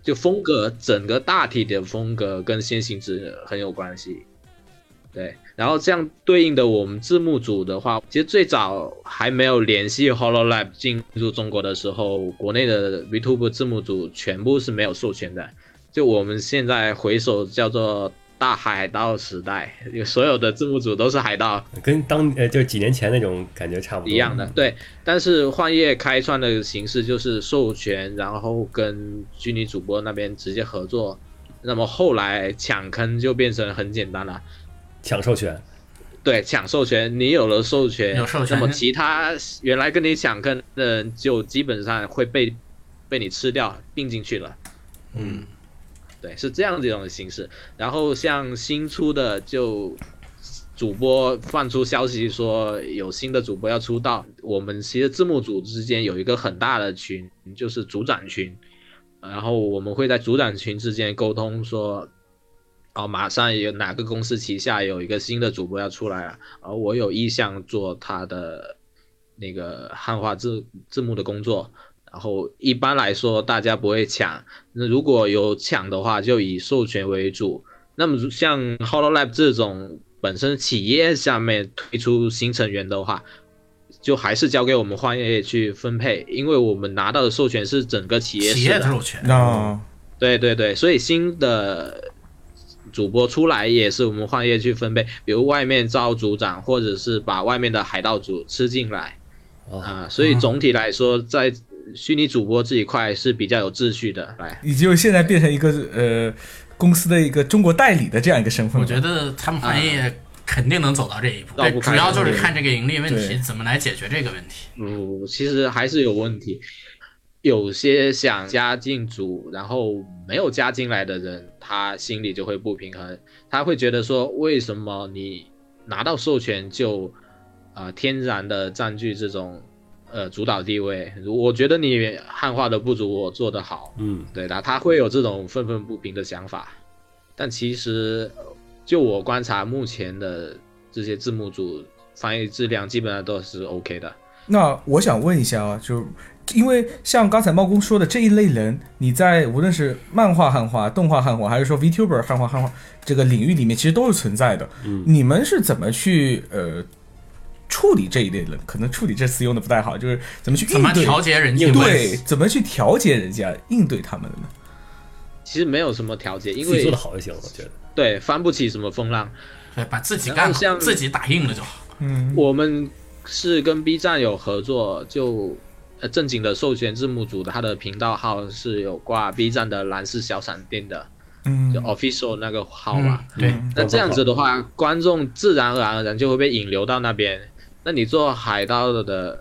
就风格整个大体的风格跟先行者很有关系。对，然后这样对应的我们字幕组的话，其实最早还没有联系 Hololab 进入中国的时候，国内的 VTube 字幕组全部是没有授权的。就我们现在回首叫做大海盗时代，就所有的字幕组都是海盗，跟当呃就是几年前那种感觉差不多一样的，。对。但是幻夜开创的形式就是授权，然后跟虚拟主播那边直接合作。那么后来抢坑就变成很简单了，抢授权，对，抢授权，你有了授权，有授权那么其他原来跟你抢坑的人就基本上会被被你吃掉，并进去了。嗯，对，是这样子一种形式。然后像新出的就。主播放出消息说有新的主播要出道，我们其实字幕组之间有一个很大的群，就是组长群，然后我们会在组长群之间沟通说，哦，马上有哪个公司旗下有一个新的主播要出来了，而我有意向做他的那个汉化字字幕的工作。然后一般来说大家不会抢，那如果有抢的话，就以授权为主。那么像 Hololab 这种本身企业下面推出新成员的话，就还是交给我们幻业去分配，因为我们拿到的授权是整个企业企式业的的授权，那对对对，所以新的主播出来也是我们换业去分配，比如外面招组长，或者是把外面的海盗组吃进来哦，啊、所以总体来说，在虚拟主播这一块是比较有秩序的。来，你就现在变成一个呃公司的一个中国代理的这样一个身份我了，觉得他们行嗯业肯定能走到这一步，绕对，不主开要就是对看这个盈利问题对怎么来解决这个问题。嗯，其实还是有问题。有些想加进组，然后没有加进来的人，他心里就会不平衡，他会觉得说，为什么你拿到授权就，啊、天然的占据这种，呃，主导地位？我觉得你汉化的不足，我做得好，嗯，对的，他会有这种愤愤不平的想法。但其实，呃就我观察，目前的这些字幕组翻译质量基本上都是 OK 的。那我想问一下啊，就因为像刚才猫公说的这一类人，你在无论是漫画汉化、动画汉化，还是说 VTuber 汉化汉化这个领域里面，其实都是存在的。嗯、你们是怎么去呃处理这一类人？可能处理这词用的不太好，就是怎么去怎么应对？调节人际应关对，系？怎么去调节人家应对他们的呢？其实没有什么调节，因自己做为的好就行了，我觉得。对翻不起什么风浪。对，把自己然后干好，像自己打硬了就好。嗯，我们是跟 B 站有合作，就呃正经的授权字幕组的，它的频道号是有挂 B 站的蓝色小闪电的，嗯就哦 official 那个号嘛。嗯对，那这样子的话，观众自然而然就会被引流到那边。那你做海盗的，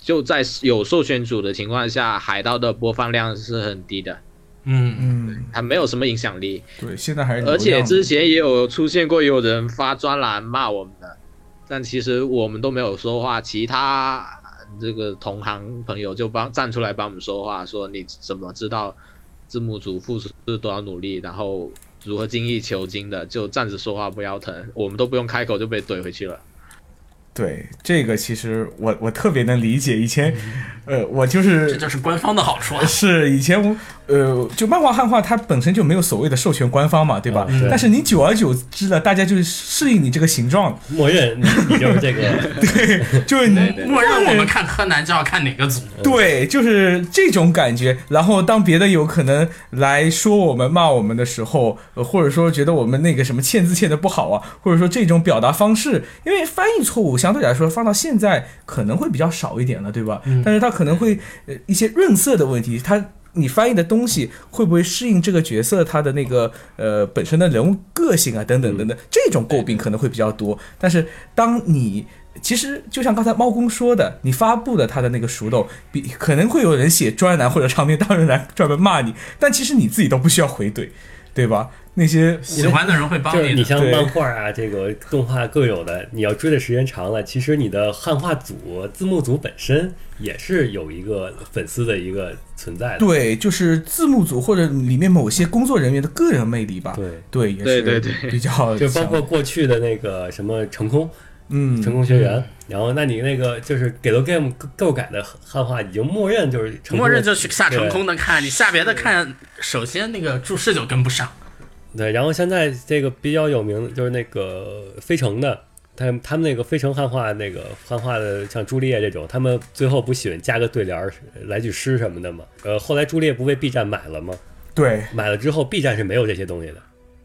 就在有授权组的情况下，海盗的播放量是很低的，嗯，嗯，它没有什么影响力。对，现在还是而流且量之前也有出现过有人发专栏骂我们的，但其实我们都没有说话，其他这个同行朋友就帮站出来帮我们说话，说你怎么知道字幕组付出多少努力，然后如何精益求精的，就站着说话不腰疼，我们都不用开口就被怼回去了。对这个，其实我我特别能理解。以前，嗯呃，我就是这就是官方的好处啊。 是以前我呃，就漫画汉化它本身就没有所谓的授权官方嘛，对吧？嗯对但是你久而久之了，大家就适应你这个形状了，默认你你就是这 个就是你默认我们看柯南就要看哪个组，对，就是这种感觉。然后当别的有可能来说我们、骂我们的时候，呃或者说觉得我们那个什么欠字欠的不好啊，或者说这种表达方式，因为翻译错误相对来说放到现在可能会比较少一点了，对吧？但是它可能会呃一些润色的问题，它。你翻译的东西会不会适应这个角色他的那个呃本身的人物个性啊等等等等，这种诟病可能会比较多。但是当你其实就像刚才猫公说的，你发布的他的那个熟豆，比可能会有人写专栏或者长篇大论来专门骂你，但其实你自己都不需要回怼，对吧？那些喜欢的人会帮就是你你的。像对漫画啊，这个动画各有的，你要追的时间长了，其实你的汉化组、字幕组本身也是有一个粉丝的一个存在的。对，就是字幕组或者里面某些工作人员的个人魅力吧。对对，也对是对对比较就包强括过去的那个什么成空，嗯成功学员，然后那你那个就是给了 game 购改的汉化，已经默认就是成功默认就去下成空的看，你下别的看，首先那个注释就跟不上。对，然后现在这个比较有名的就是那个飞城的，他们他们那个飞城汉化那个汉化的像朱丽叶这种，他们最后不喜欢加个对联儿来句诗什么的嘛？呃，后来朱丽叶不被 B 站买了吗？对买了之后，B 站是没有这些东西的。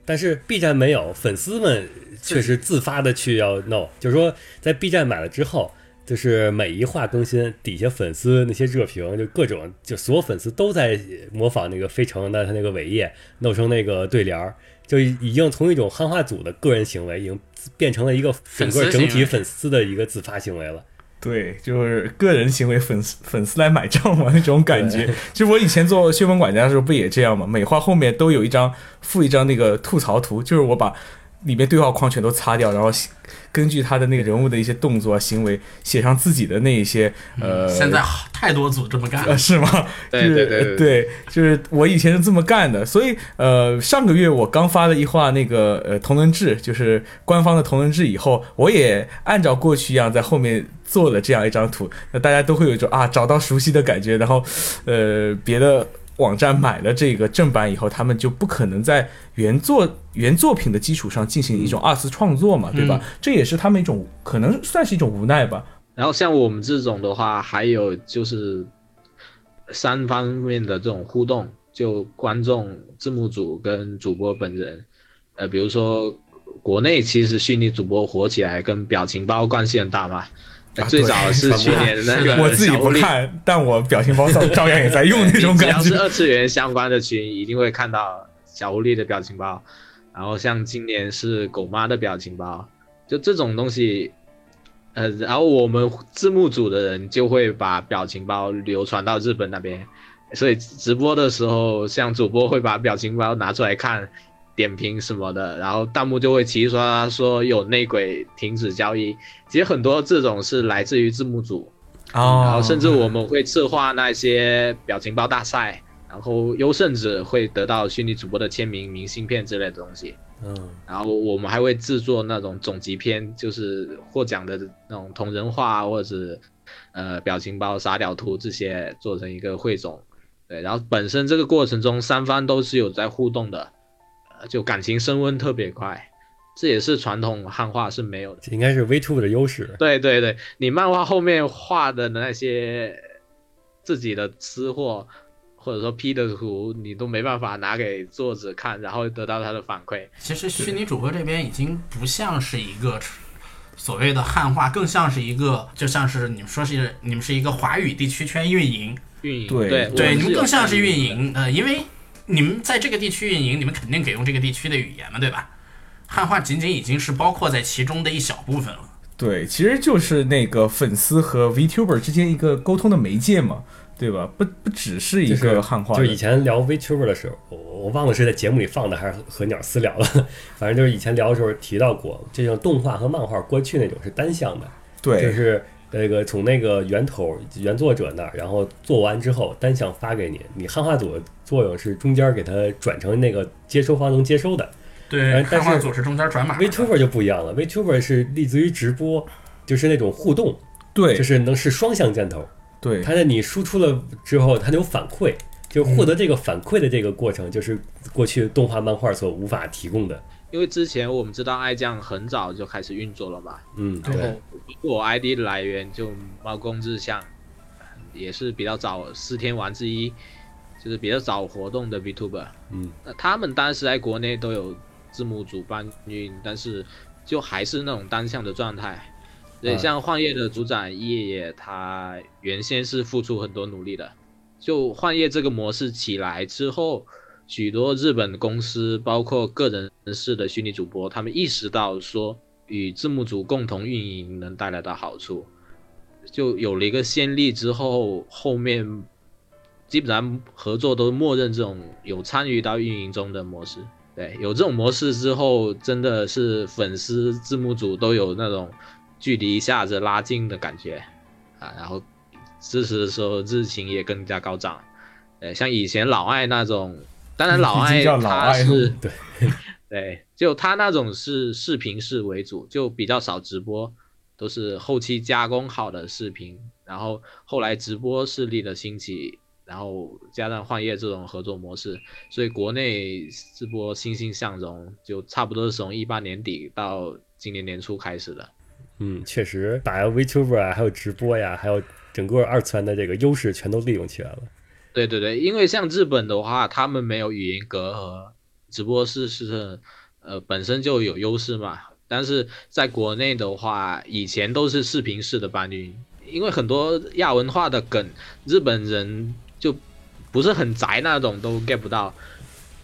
但是 B 站没有，粉丝们确实自发的去要弄，就是说在 B 站买了之后，就是每一话更新，底下粉丝那些热评就各种，就所有粉丝都在模仿那个飞城的他那个尾叶弄成那个对联儿，就已经从一种汉化组的个人行为，已经变成了一个整个粉丝行整为体粉丝的一个自发行为了。对，就是个人行为，粉丝粉丝来买账嘛那种感觉。其实我以前做新闻管家的时候不也这样吗？每话后面都有一张附一张那个吐槽图，就是我把里面对话框全都擦掉，然后写根据他的那个人物的一些动作啊行为写上自己的那一些呃现在好太多组这么干了呃，，是吗？ 对就是对对对对，就是我以前是这么干的，所以呃，上个月我刚发了一话那个呃同人志，就是官方的同人志以后，我也按照过去一样在后面做了这样一张图，那大家都会有一种啊找到熟悉的感觉，然后呃别的。网站买了这个正版以后，他们就不可能在原作原作品的基础上进行一种二次创作嘛，对嗯吧？这也是他们一种可能算是一种无奈吧。然后像我们这种的话，还有就是三方面的这种互动，就观众、字幕组跟主播本人。呃，比如说国内其实虚拟主播火起来跟表情包关系很大嘛。呃啊最早是对去年那个我自己小不狐狸看，但我表情包照照样也在用 那种只感要觉是。二次元相关的群，一定会看到小狐狸的表情包，然后像今年是狗妈的表情包，就这种东西，呃，然后我们字幕组的人就会把表情包流传到日本那边，所以直播的时候，像主播会把表情包拿出来看。点评什么的，然后弹幕就会齐刷刷说有内鬼停止交易。其实很多这种是来自于字幕组， 然哦后甚至我们会策划那些表情包大赛，然后优胜者会得到虚拟主播的签名、明信片之类的东西。嗯，然后我们还会制作那种总集篇，就是获奖的那种同人画或者是呃表情包、傻屌图这些，做成一个汇总。对，然后本身这个过程中三方都是有在互动的，呃就感情升温特别快，这也是传统汉化是没有的。这应该是 VTube 的优势。对对对，你漫画后面画的那些自己的吃货，或者说 P 的图，你都没办法拿给作者看，然后得到他的反馈。其实虚拟主播这边已经不像是一个所谓的汉化，更像是一个，就像是你们说是你们是一个华语地区圈运营，运营对对对，我你们有更像是运参与的营，呃，因为你们在这个地区运营，你们肯定得用这个地区的语言嘛，对吧？汉化仅仅已经是包括在其中的一小部分了。对，其实就是那个粉丝和 VTuber 之间一个沟通的媒介嘛，对吧？不不只是一就是个汉化就的，是以前聊 VTuber 的时候，我我忘了是在节目里放的还是和鸟私聊了， 反正就是以前聊的时候提到过，这种动画和漫画过去那种是单向的，对，就是那个从那个源头原作者那儿，然后做完之后单向发给你，你汉化组的作用是中间给它转成那个接收方能接收的哎对但汉是化组是中间转码的。 ，VTuber 就不一样了，VTuber 是立足于直播，就是那种互动，对，就是能是双向箭头。对，它在你输出了之后，它有反馈，就获得这个反馈的这个过嗯程，就是过去动画漫画所无法提供的。因为之前我们知道爱酱很早就开始运作了嘛，嗯，然对后我 ID 的来源就猫公志向，也是比较早四天王之一，就是比较早活动的 VTuber。嗯，那他们当时在国内都有字幕组搬运，但是就还是那种单向的状态。对，嗯像幻夜的组长夜夜，他原先是付出很多努力的。就幻夜这个模式起来之后，许多日本公司，包括个人式的虚拟主播，他们意识到说，与字幕组共同运营能带来的好处，就有了一个先例之后，后面基本上合作都默认这种有参与到运营中的模式。对，有这种模式之后，真的是粉丝、字幕组都有那种距离一下子拉近的感觉啊，然后支持的时候热情也更加高涨。呃，像以前老艾那种，当然老已经艾叫老他艾了是对 对，就他那种是视频式为主，就比较少直播，都是后期加工好的视频，然后后来直播势力的兴起，然后加上幻夜这种合作模式，所以国内直播欣欣向荣，就差不多是从一八年底到今年年初开始的。嗯，确实把 VTuber 啊，还有直播呀，还有整个二次元的这个优势全都利用起来了。对对对，因为像日本的话，他们没有语言隔阂，直播是是呃本身就有优势嘛。但是在国内的话，以前都是视频式的搬运，因为很多亚文化的梗，日本人就不是很宅那种都 get 不到，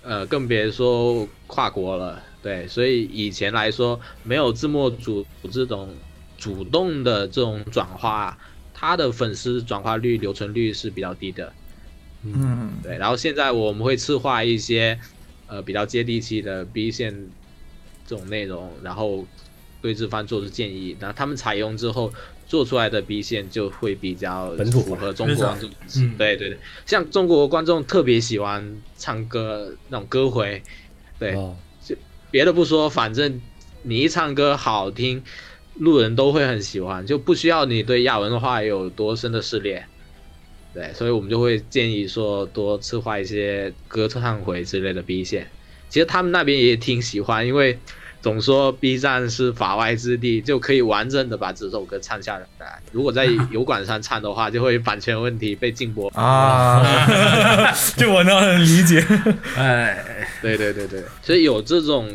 呃，更别说跨国了。对，所以以前来说，没有字幕组这种主动的这种转化，它的粉丝转化率、留存率是比较低的。嗯，对，然后现在我们会策划一些呃比较接地气的 B 线这种内容，然后对这方做出建议，然后他们采用之后做出来的 B 线就会比较本土化符合中国观众。嗯对对对，像中国观众特别喜欢唱歌那种歌回，对，哦，别的不说，反正你一唱歌好听，路人都会很喜欢，就不需要你对亚文化有多深的涉猎。对，所以我们就会建议说多策划一些歌唱会之类的 B 线。其实他们那边也挺喜欢，因为总说 B 站是法外之地，就可以完整的把这首歌唱下来。如果在油管上唱的话，就会版权问题被禁播。啊， 这我能很理解。哎，对对对对，所以有这种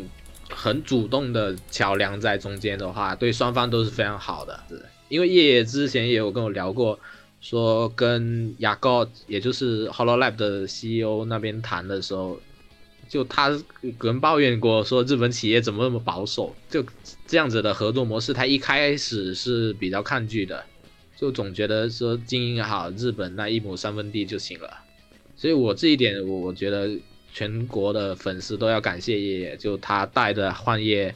很主动的桥梁在中间的话，对双方都是非常好的。是因为叶叶之前也有跟我聊过，说跟雅高，也就是 Hololab 的 CEO 那边谈的时候，就他有人抱怨过说日本企业怎么那么保守，就这样子的合作模式，他一开始是比较抗拒的，就总觉得说经营好日本那一亩三分地就行了。所以我这一点，我我觉得全国的粉丝都要感谢爷爷，就他带着幻夜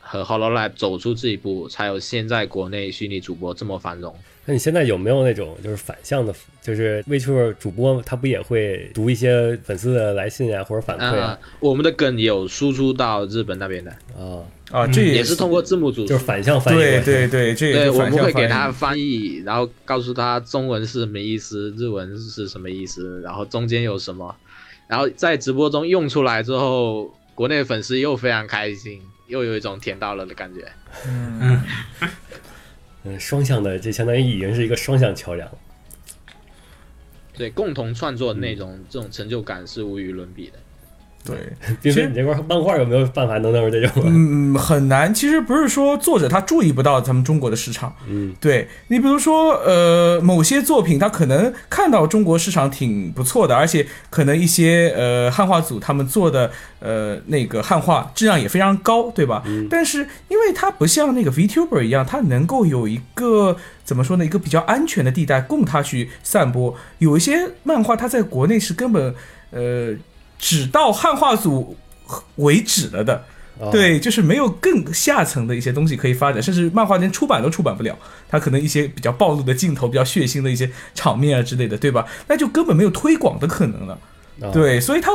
和 Hololive 走出这一步，才有现在国内虚拟主播这么繁荣。那你现在有没有那种就是反向的，就是 VTuber 主播他不也会读一些粉丝的来信啊，或者反馈啊？呃我们的梗有输出到日本那边的，啊，啊，这嗯也是通过字幕组就是反向翻译对过去。对对，这也对，是我反们向会给翻他译翻译，然后告诉他中文是什么意思，日文是什么意思，然后中间有什么，然后在直播中用出来之后，国内粉丝又非常开心，又有一种甜到了的感觉。嗯，双向的，这相当于已经是一个双向桥梁了。 对，共同创作内容、嗯这种成就感是无与伦比的。对。冰冰，你这块漫画有没有办法能弄成这种？ 嗯，很难。其实不是说作者他注意不到咱们中国的市场，嗯，对你比如说，呃，某些作品他可能看到中国市场挺不错的，而且可能一些呃汉化组他们做的呃那个汉化质量也非常高，对吧？但是因为它不像那个 VTuber 一样，它能够有一个怎么说呢，一个比较安全的地带供它去散播。有一些漫画它在国内是根本呃只到汉化组为止了的，啊，对，就是没有更下层的一些东西可以发展，甚至漫画连出版都出版不了。它可能一些比较暴露的镜头、比较血腥的一些场面啊之类的，对吧？那就根本没有推广的可能了。啊，对，所以他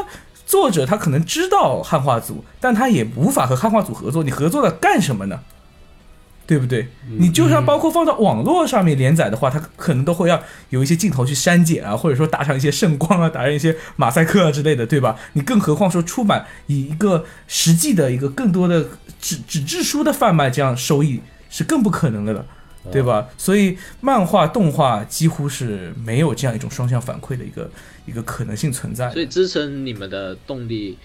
作者他可能知道汉化组，但他也无法和汉化组合作。你合作了干什么呢？对不对？你就算包括放到网络上面连载的话，它可能都会要有一些镜头去删减啊，或者说打上一些圣光啊，打上一些马赛克啊之类的，对吧？你更何况说出版以一个实际的一个更多的纸纸质书的贩卖，这样收益是更不可能的了，对吧？所以漫画、动画几乎是没有这样一种双向反馈的一个一个可能性存在的。所以支撑你们的动力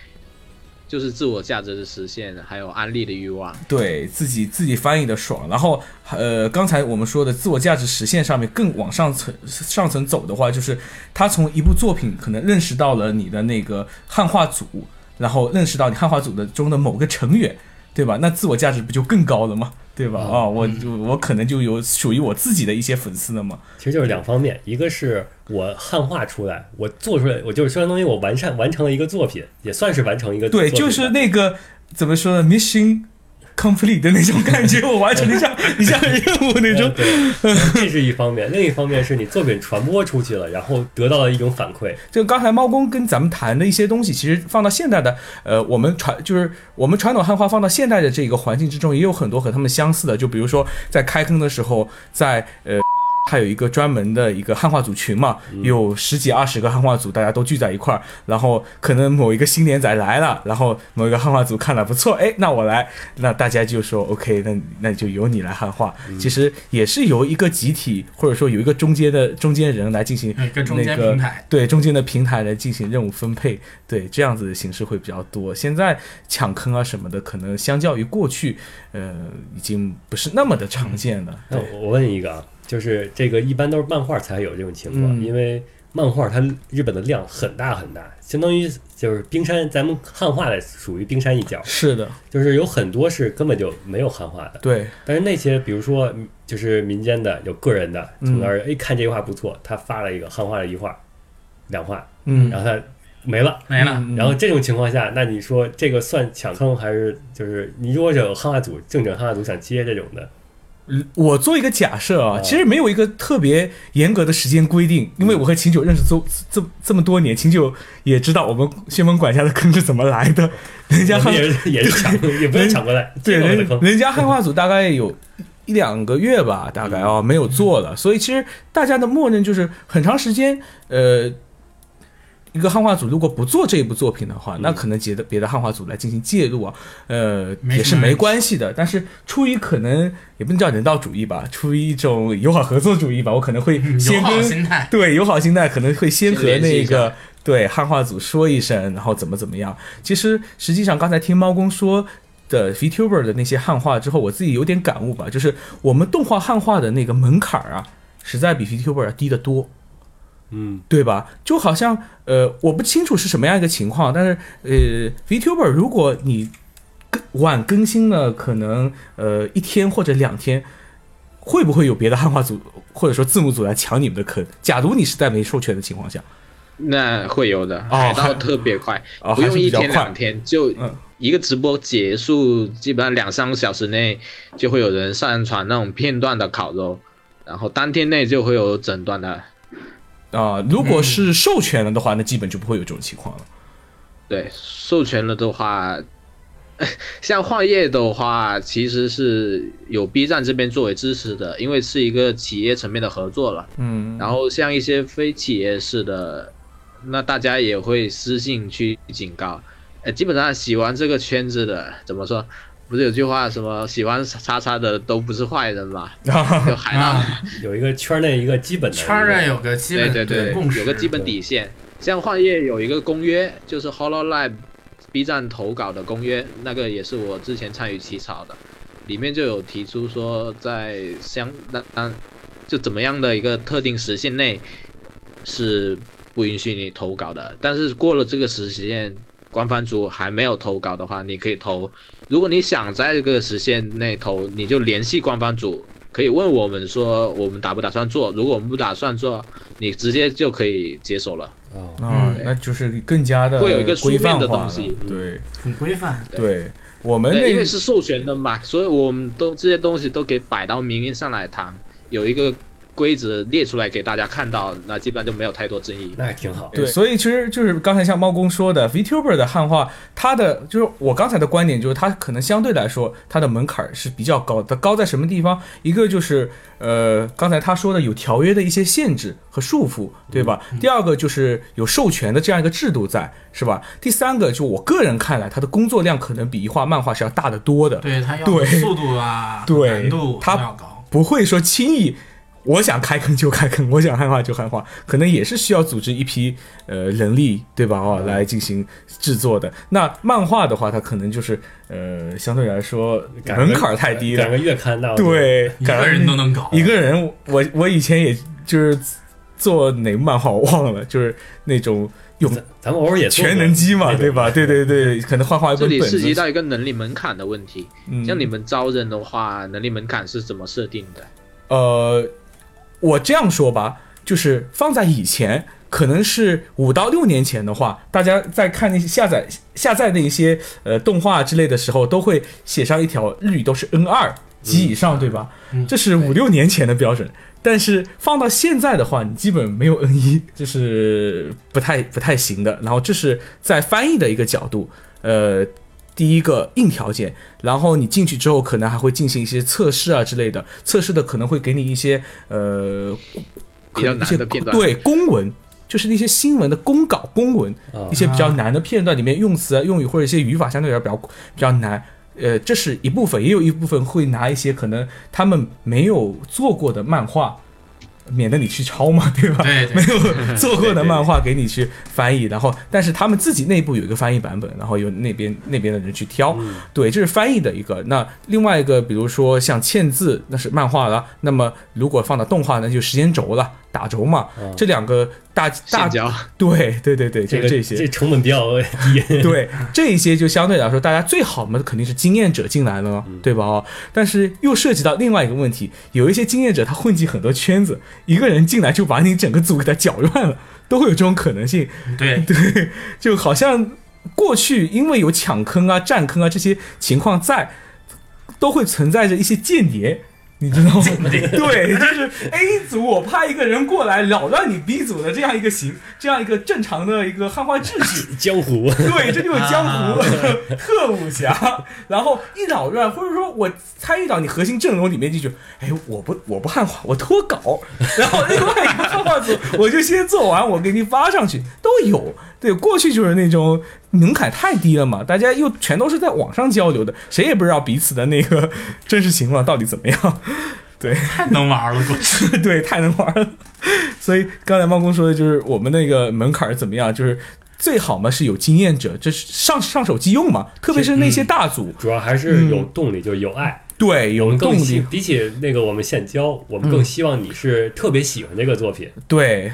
就是自我价值的实现，还有安利的欲望。对自己自己翻译的爽，然后呃，刚才我们说的自我价值实现上面更往上层上层走的话，就是他从一部作品可能认识到了你的那个汉化组，然后认识到你汉化组的中的某个成员，对吧？那自我价值不就更高了吗？对吧？啊，我就我可能就有属于我自己的一些粉丝了嘛。其实就是两方面，一个是我汉化出来，我做出来，我就是相当于我完善完成了一个作品，也算是完成一个作品对，吧就是那个怎么说呢，mission complete 的那种感觉，我完成了一项一项任务 那呃种。对， 这是一方面，另一方面是你作品传播出去了，然后得到了一种反馈，就刚才猫公跟咱们谈的一些东西，其实放到现代的，呃，我们传就是我们传统汉化放到现代的这个环境之中，也有很多和他们相似的。就比如说在开坑的时候，在呃，还有一个专门的一个汉化组群嘛，嗯有十几二十个汉化组，大家都聚在一块儿，然后可能某一个新年仔来了，然后某一个汉化组看了不错，哎，那我来，那大家就说 OK，那那就由你来汉化。嗯其实也是由一个集体或者说有一个中间的中间人来进行有一个哎中间那个平台对中间的平台来进行任务分配，对这样子的形式会比较多。现在抢坑啊什么的，可能相较于过去，呃，已经不是那么的常见了。那我我问你一个啊，就是这个一般都是漫画才有这种情况，嗯因为漫画它日本的量很大很大，相当于就是冰山，咱们汉化的属于冰山一角，是的，就是有很多是根本就没有汉化的。对，但是那些比如说嗯就是民间的有个人的，从那儿嗯哎看这句话不错，他发了一个汉化了一画，两画，嗯然后他没了。没了。嗯然后这种情况下，那你说这个算抢坑还是就是你如果有汉化组正整汉化组想接这种 的，我做一个假设啊，哦其实没有一个特别严格的时间规定，因为我和秦九认识这这这么多年，秦九也知道我们旋风管家的坑是怎么来的，人家我汉们也是也是抢， 也不是抢过来，对接过来的人坑。人家汉化组大概有一两个月吧，大概啊、没有做了，所以其实大家的默认就是很长时间，呃。一个汉化组如果不做这一部作品的嗯话，那可能别的别的汉化组来进行介入啊，呃，没什么也是没关系的。但是出于可能也不能叫人道主义吧，出于一种友好合作主义吧，我可能会嗯友先好跟心态，对，友好心态可能会先和先联系那一个下对汉化组说一声，然后怎么怎么样。其实实际上刚才听猫公说。的 VTuber 的那些汉化之后，我自己有点感悟吧，就是我们动画汉化的那个门槛儿啊，实在比 VTuber 要低得多。嗯，对吧？就好像呃，我不清楚是什么样一个情况，但是呃，VTuber 如果你更晚更新了，可能呃一天或者两天，会不会有别的汉化组或者说字幕组来抢你们的坑？假如你是在没授权的情况下，那会有的，哦海盗特别快， 哦不还是用比一较天快两天，就嗯一个直播结束，基本上两三个小时内就会有人上传那种片段的烤肉，然后当天内就会有整段的，啊、如果是授权了的话，那基本就不会有这种情况了。对，授权了的话。 像幻夜的话，其实是有 B 站这边作为支持的，因为是一个企业层面的合作了。 嗯，然后像一些非企业式的，那大家也会私信去警告。呃，基本上喜欢这个圈子的，怎么说？不是有句话什么喜欢叉叉的都不是坏人嘛？就 海浪，啊，有一个圈内一个基本的圈儿一个上有个基对本对对，共识，有个基本底线。像幻夜有一个公约，就是 Hololive B 站投稿的公约，那个也是我之前参与起草的，里面就有提出说，在相当当就怎么样的一个特定时限内是不允许你投稿的，但是过了这个时限。官方组还没有投稿的话，你可以投。如果你想在这个时限内投，你就联系官方组，可以问我们说我们打不打算做。如果我们不打算做，你直接就可以接手了。哦啊、那就是更加的会有一个书规面范的化东了西对很规范。对，我们对，哎那因个为是授权的嘛，所以我们都这些东西都给摆到明面上来谈，有一个规则列出来给大家看到，那基本上就没有太多争议。那还挺好。对，所以其实就是刚才像猫公说的，VTuber 的汉化，它的就是我刚才的观点，就是它可能相对来说它的门槛是比较高的。高在什么地方？一个就是呃，刚才他说的有条约的一些限制和束缚，对吧？第二个就是有授权的这样一个制度在，是吧？第三个，就我个人看来，他的工作量可能比一画漫画是要大得多的。对他要对速度啊， 对难度他都要高。不会说轻易，我想开坑就开坑，我想汉化就汉化，可能也是需要组织一批呃人力，对吧？哦，来进行制作的。那漫画的话，它可能就是呃相对来说赶个门槛儿太低赶个了，月刊那我就对，一赶个人都能搞，一个人，我我以前也就是做哪个漫画我忘了，就是那种用咱咱们偶尔也做过全能机嘛，那种对吧？对对对，可能幻化一这本里本涉及子。到一个能力门槛的问题，嗯像你们招人的话，能力门槛是怎么设定的？呃，我这样说吧，就是放在以前，可能是五到六年前的话，大家在看那些下载下载那一些呃动画之类的时候，都会写上一条日语都是 N 二及以上，对吧？这是五六年前的标准。但是放到现在的话，你基本没有 N 一，这是不太不太行的。然后这是在翻译的一个角度，呃，第一个硬条件，然后你进去之后，可能还会进行一些测试啊之类的，测试的可能会给你一些呃，比较嗯可能一些难的片段对公文。就是那些新闻的公稿、公文，一些比较难的片段里面用词啊、用语或者一些语法相对来说比较比较难。呃，这是一部分，也有一部分会拿一些可能他们没有做过的漫画，免得你去抄嘛，对吧？对对 没有做过的漫画给你去翻译，然后但是他们自己内部有一个翻译版本，然后由那边那边的人去挑。嗯对，这是翻译的一个。那另外一个，比如说像嵌字，那是漫画了。那么如果放到动画，那就时间轴了，打轴嘛。这两个大大线交对对对对，哦这就个这些。这成本比较 低。对，这一些就相对来说，大家最好嘛，肯定是经验者进来了嘛，对吧？哦，但是又涉及到另外一个问题，有一些经验者他混迹很多圈子，一个人进来就把你整个组给他搅乱了， 都会有这种可能性。对， 对，就好像过去因为有抢坑啊、占坑啊这些情况在，都会存在着一些间谍。你知道吗？ 对，就是 A 组我派一个人过来扰乱你 B 组的这样一个行，这样一个正常的一个汉化秩序，江湖， 对，这就是江湖、 特武侠。然后一扰乱，或者说我参与到你核心阵容里面进去，哎，我不我不汉化，我脱稿，然后另外一个汉化组我就先做完，我给你发上去，都有。对，过去就是那种门槛太低了嘛，大家又全都是在网上交流的，谁也不知道彼此的那个真实情况到底怎么样。 对，太能玩了，过去。 对，太能玩了。所以刚才猫公说的就是我们那个门槛儿怎么样，就是最好嘛是有经验者，这是上上手机用嘛，特别是那些大组，主要还是嗯有动力，就是有爱。对，我有们动更希力，嗯比起那个我们现教，我们更希望你是特别喜欢这个作品。对。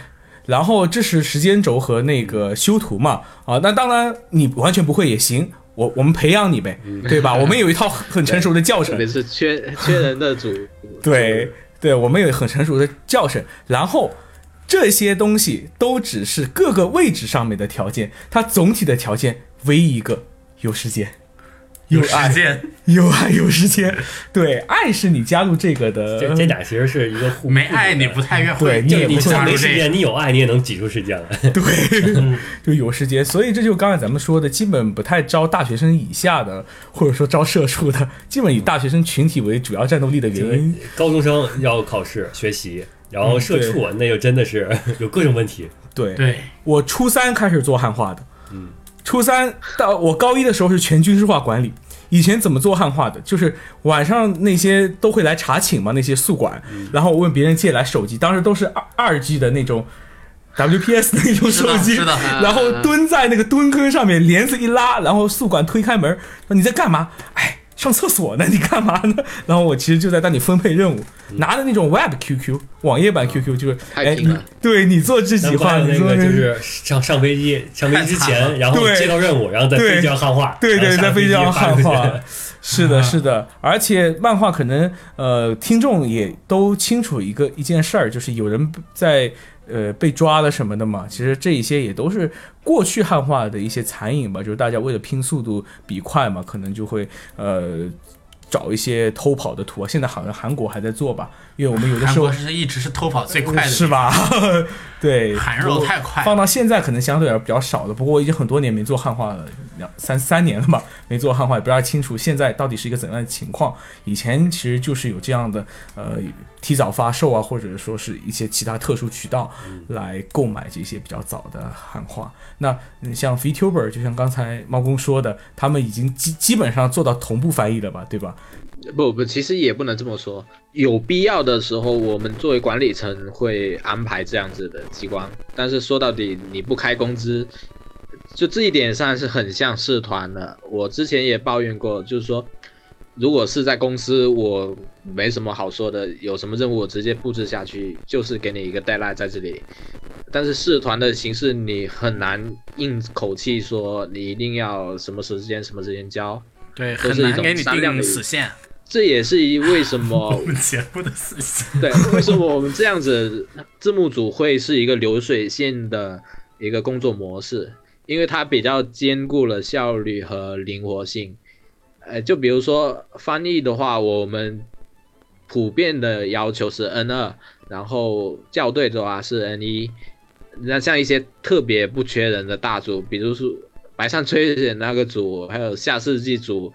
然后这是时间轴和那个修图嘛，啊，那当然你完全不会也行，我我们培养你呗，对吧？我们有一套很很成熟的教特程别，是 缺缺人的组，对对，我们有很成熟的教程，然后这些东西都只是各个位置上面的条件，它总体的条件唯一一个有时间，有爱时，间有爱有 时间，对，爱是你加入这个的，这这俩其实是一个互没爱你不太约会，对你就也是不你你会就加算入没时这间，你有爱你也能挤出时间嗯来。嗯对， 就有时间，所以这就刚才咱们说的，基本不太招大学生以下的，或者说招社畜的，基本以大学生群体为主要战斗力的原因。高中生要考试学习，然嗯后社畜啊那就真的 是有各种问题。对，对，我初三开始做汉化的，嗯，初三到我高一的时候是全军事化管理。以前怎么做汉化的？就是晚上那些都会来查寝嘛，那些宿管，嗯然后我问别人借来手机，当时都是二二 G 的那种 WPS 那种手机，知道知道然后蹲在那个蹲坑上面，帘子一拉，然后宿管推开门说你在干嘛？哎，上厕所呢，你干嘛呢？ 然后我其实就在那里分配任务，拿的那种 Web QQ 网页版 QQ，就是嗯啊太哎，拼你了对你做这几然后话，还有你那做个那就是上上飞机，上飞机之太惨前，然后对接到任务，然后在飞机上汉化，对然哎对，后在下飞机啊上汉发化出去。 是嗯的，是的，而且漫画可能呃，听众也都清楚一个一件事儿，就是有人在呃被抓了什么的嘛。其实这一些也都是过去汉化的一些残影吧，就是大家为了拼速度比快嘛，可能就会呃找一些偷跑的图啊。现在好像韩国还在做吧，因为我们有的韩时候国是一直是偷跑最快的，是吧？ 对，韩肉太快放到现在可能相对来说比较少了。不过已经很多年没做汉化了，两三三年了吧， 没做汉化，也不太清楚现在到底是一个怎样的情况。以前其实就是有这样的呃提早发售啊，或者说是一些其他特殊渠道来购买这些比较早的汉化。那嗯像 VTuber，就像刚才猫公说的，他们已经基基本上做到同步翻译了吧，对吧？不不，其实也不能这么说。有必要的时候，我们作为管理层会安排这样子的机关，但是说到底，你不开工资，就这一点上是很像社团的。我之前也抱怨过，就是说，如果是在公司，我没什么好说的，有什么任务我直接布置下去，就是给你一个 deadline 在这里。但是社团的形式，你很难硬口气说你一定要什么时间什么时间交，对，都很是一难种给你商量定的死 线。这也是一为什么我们节目的死线， 对，为什么我们这样子字幕组会是一个流水线的一个工作模式？因为它比较兼顾了效率和灵活性。呃，就比如说翻译的话，我们普遍的要求是 N 二，然后校对的话是 N 一。那像一些特别不缺人的大组，比如说白上吹雪那个组，还有下世纪组，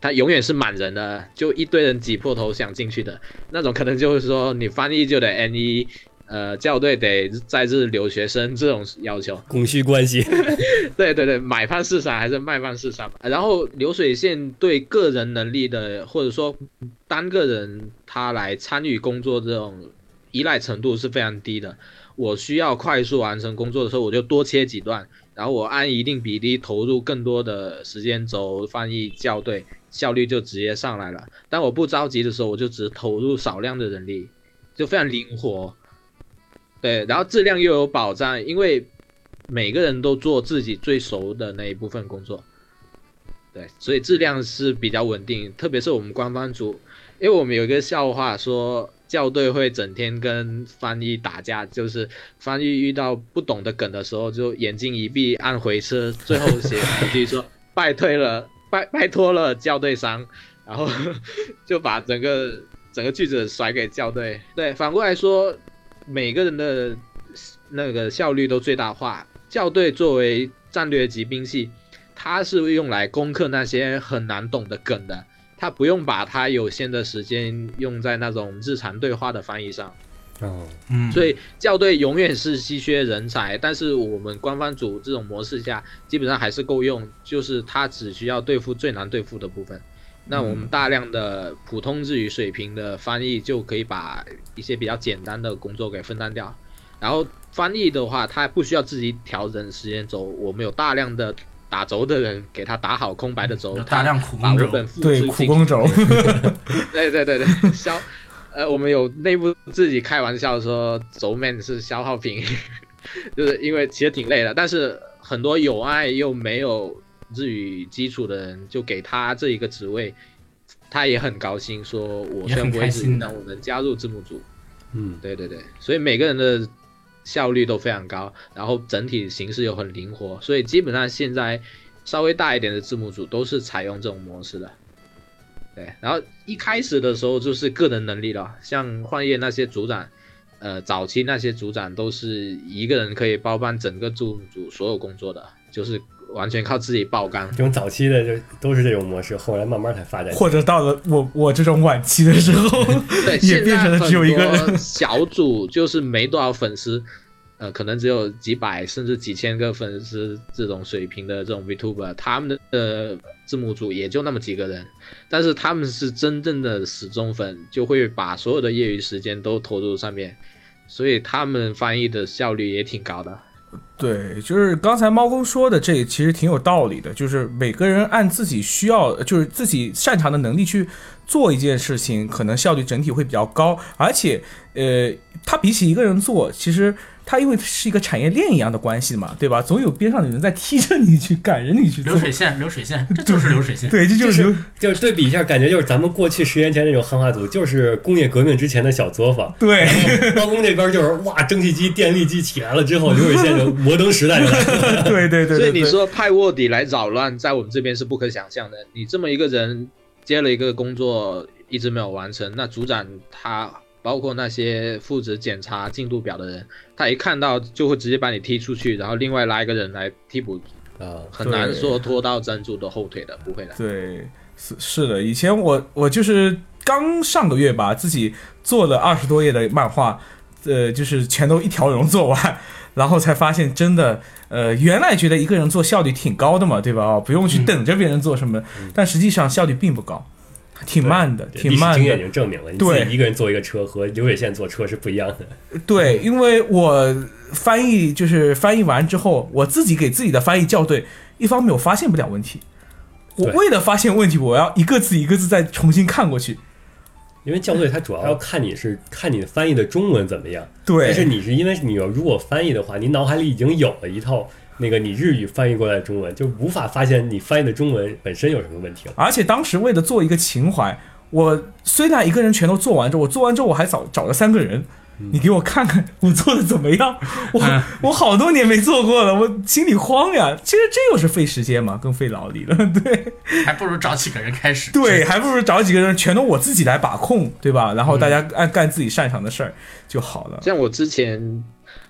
它永远是满人的，就一堆人挤破头想进去的。那种可能就是说你翻译就得 N 一，呃，校对得在日留学生这种要求。 供需关系，对对对，买方市场还是卖方市场？然后流水线对个人能力的，或者说单个人他来参与工作这种依赖程度是非常低的。我需要快速完成工作的时候，我就多切几段，然后我按一定比例投入更多的时间轴翻译校对，效率就直接上来了。当我不着急的时候，我就只投入少量的人力，就非常灵活。对，然后质量又有保障，因为每个人都做自己最熟的那一部分工作，对，所以质量是比较稳定。特别是我们官方组，因为我们有一个笑话说，校对会整天跟翻译打架，就是翻译遇到不懂的梗的时候，就眼睛一闭按回车，最后写一句说拜退了， 拜拜托了校对商，然后就把整个整个句子甩给校对。对，反过来说，每个人的那个效率都最大化。校对作为战略级兵器，它是用来攻克那些很难懂的梗的，它不用把它有限的时间用在那种日常对话的翻译上。哦，嗯，所以校队永远是稀缺人才，但是我们官方组这种模式下，基本上还是够用，就是它只需要对付最难对付的部分。那嗯我们大量的普通日语水平的翻译就可以把一些比较简单的工作给分担掉。然后翻译的话，它不需要自己调整时间轴，我们有大量的打轴的人给他打好空白的轴有，嗯大量苦把工文轴，本复对制苦进工轴， 对对对对，消，呃，我们有内部自己开玩笑说轴 man 是消耗品， 就是因为其实挺累的，但是很多有爱又没有日语基础的人，就给他这一个职位，他也很高兴，说我也虽然很不会开日心语，的但我能加入字幕组。嗯，对对对，所以每个人的效率都非常高，然后整体形式又很灵活，所以基本上现在稍微大一点的字幕组都是采用这种模式的。对，然后一开始的时候就是个人能力了，像幻夜那些组长，呃，早期那些组长都是一个人可以包办整个字幕组所有工作的，就是完全靠自己爆肝这。种早期的就都是这种模式，后来慢慢才 发展。或者到了我我这种晚期的时候， 对，也现在变成了只有一个很多人。小组，就是没多少粉丝，呃，可能只有几百甚至几千个粉丝这种水平的这种 Vtuber，他们的呃字幕组也就那么几个人，但是他们是真正的死忠粉，就会把所有的业余时间都投入上面，所以他们翻译的效率也挺高的。对，就是刚才猫公说的，这个其实挺有道理的。就是每个人按自己需要，就是自己擅长的能力去做一件事情，可能效率整体会比较高。而且，呃，它比起一个人做，其实它因为是一个产业链一样的关系嘛，对吧？总有边上的人在 踢着你去赶着你去做流。水线，流水线，这就是流水线。对，这就是流就是对比一下，感觉就是咱们过去十年前那种汉化组，就是工业革命之前的小作坊。 对。 包工这边就是哇，蒸汽机、电力机起来了之后，流水线就摩登时代就来了。对对对，所以你对对说派卧底来扰乱，在我们这边是不可想象的。你这么一个人接了一个工作，一直没有完成，那组长他包括那些负责检查进度表的人，他一看到就会直接把你踢出去，然后另外拉一个人来替补，呃啊，很难说拖到赞助的后腿的，不会的。对，是是的，以前我我就是刚上个月吧，自己做了二十多页的漫画，呃，就是全都一条龙做完，然后才发现真的，呃，原来觉得一个人做效率挺高的嘛，对吧？哦，不用去嗯等着别人做什么，但实际上效率并不高，挺慢的，对 挺历史慢经验已的。经证明了，你自对己一个人坐一个车和流水线坐车是不一样的。对，嗯因为我翻译就是翻译完之后，我自己给自己的翻译校对，一方面我发现不了问题。我对为了发现问题，我要一个字一个字再重新看过去。因为校对它主要要看你是看你翻译的中文怎么样。对但是你是因为你如果翻译的话，你脑海里已经有了一套那个你日语翻译过来的中文，就无法发现你翻译的中文本身有什么问题了。而且当时为了做一个情怀，我虽然一个人全都做完之后，我做完之后我还找找了三个人，你给我看看我做的怎么样？我、嗯 我好多年没做过了，我心里慌呀。其实这又是费时间嘛，更费劳力了。 对 还不如找几个人开始。对，还不如找几个人全都我自己来把控，对吧？然后大家按干自己擅长的事儿就好了。像我之前，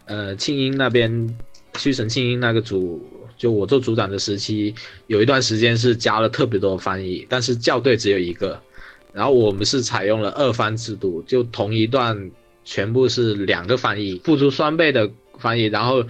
呃，庆英那边，呃屈臣庆英那个组，就我做组长的时期，有一段时间是加了特别多翻译，但是校对只有一个，然后我们是采用了二番制度，就同一段全部是两个翻译，付出双倍的翻译，然后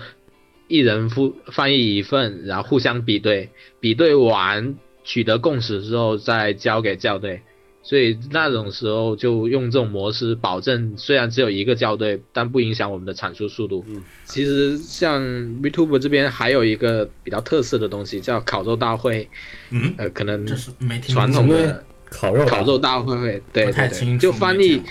一人付翻译一份，然后互相比对，比对完取得共识之后再交给校对。所以那种时候就用这种模式，保证虽然只有一个校对，但不影响我们的产出速度。嗯，其实像 YouTube 这边还有一个比较特色的东西，叫烤肉大会。嗯，呃，可能这是没听传统的烤肉啊烤肉大会，对不太对清对，楚就翻你译讲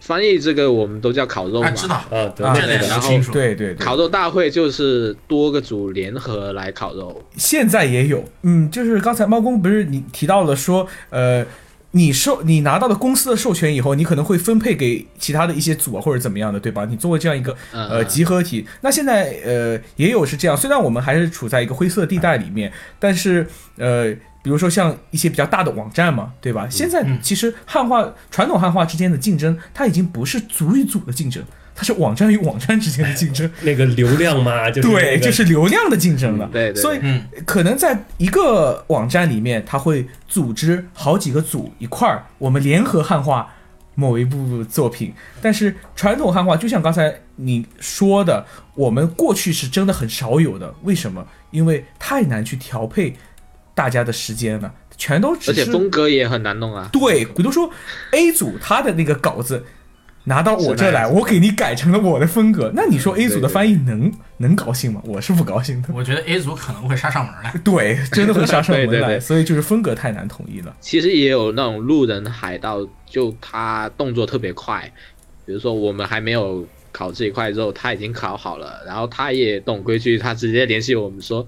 翻译这个我们都叫烤肉啊，嘛。知道，啊，对啊这点对是然后清楚。对对对，烤肉大会就是多个组联合来烤肉，现在也有，嗯，就是刚才猫公不是你提到了说，呃，你授你拿到了公司的授权以后，你可能会分配给其他的一些组啊或者怎么样的，对吧？你作为这样一个嗯呃嗯集合体，那现在呃也有是这样，虽然我们还是处在一个灰色地带里面，但是呃。比如说像一些比较大的网站嘛，对嗯吧？现在其实汉化传统汉化之间的竞争，它已经不是组与组的竞争，它是网站与网站之间的竞争。那个流量嘛，就是那对，个就是流量的竞争了。嗯对对对所以嗯可能在一个网站里面，它会组织好几个组一块儿，我们联合汉化某一部作品。但是传统汉化，就像刚才你说的，我们过去是真的很少有的。为什么？因为太难去调配大家的时间了，全都只而且是风格也很难弄啊。对，比如说 A 组他的那个稿子拿到我是这那来，样我给你改成了我的风格，那你说 A 组的对对翻译能能高兴吗？我是不高兴的。我觉得 A 组可能会杀上门来。对，真的会杀 上门对对来，对所以就是风格太难统一了。其实也有那种路人海盗，就他动作特别快，比如说我们还没有考这一块之后，他已经考好了，然后他也懂规矩，他直接联系我们说，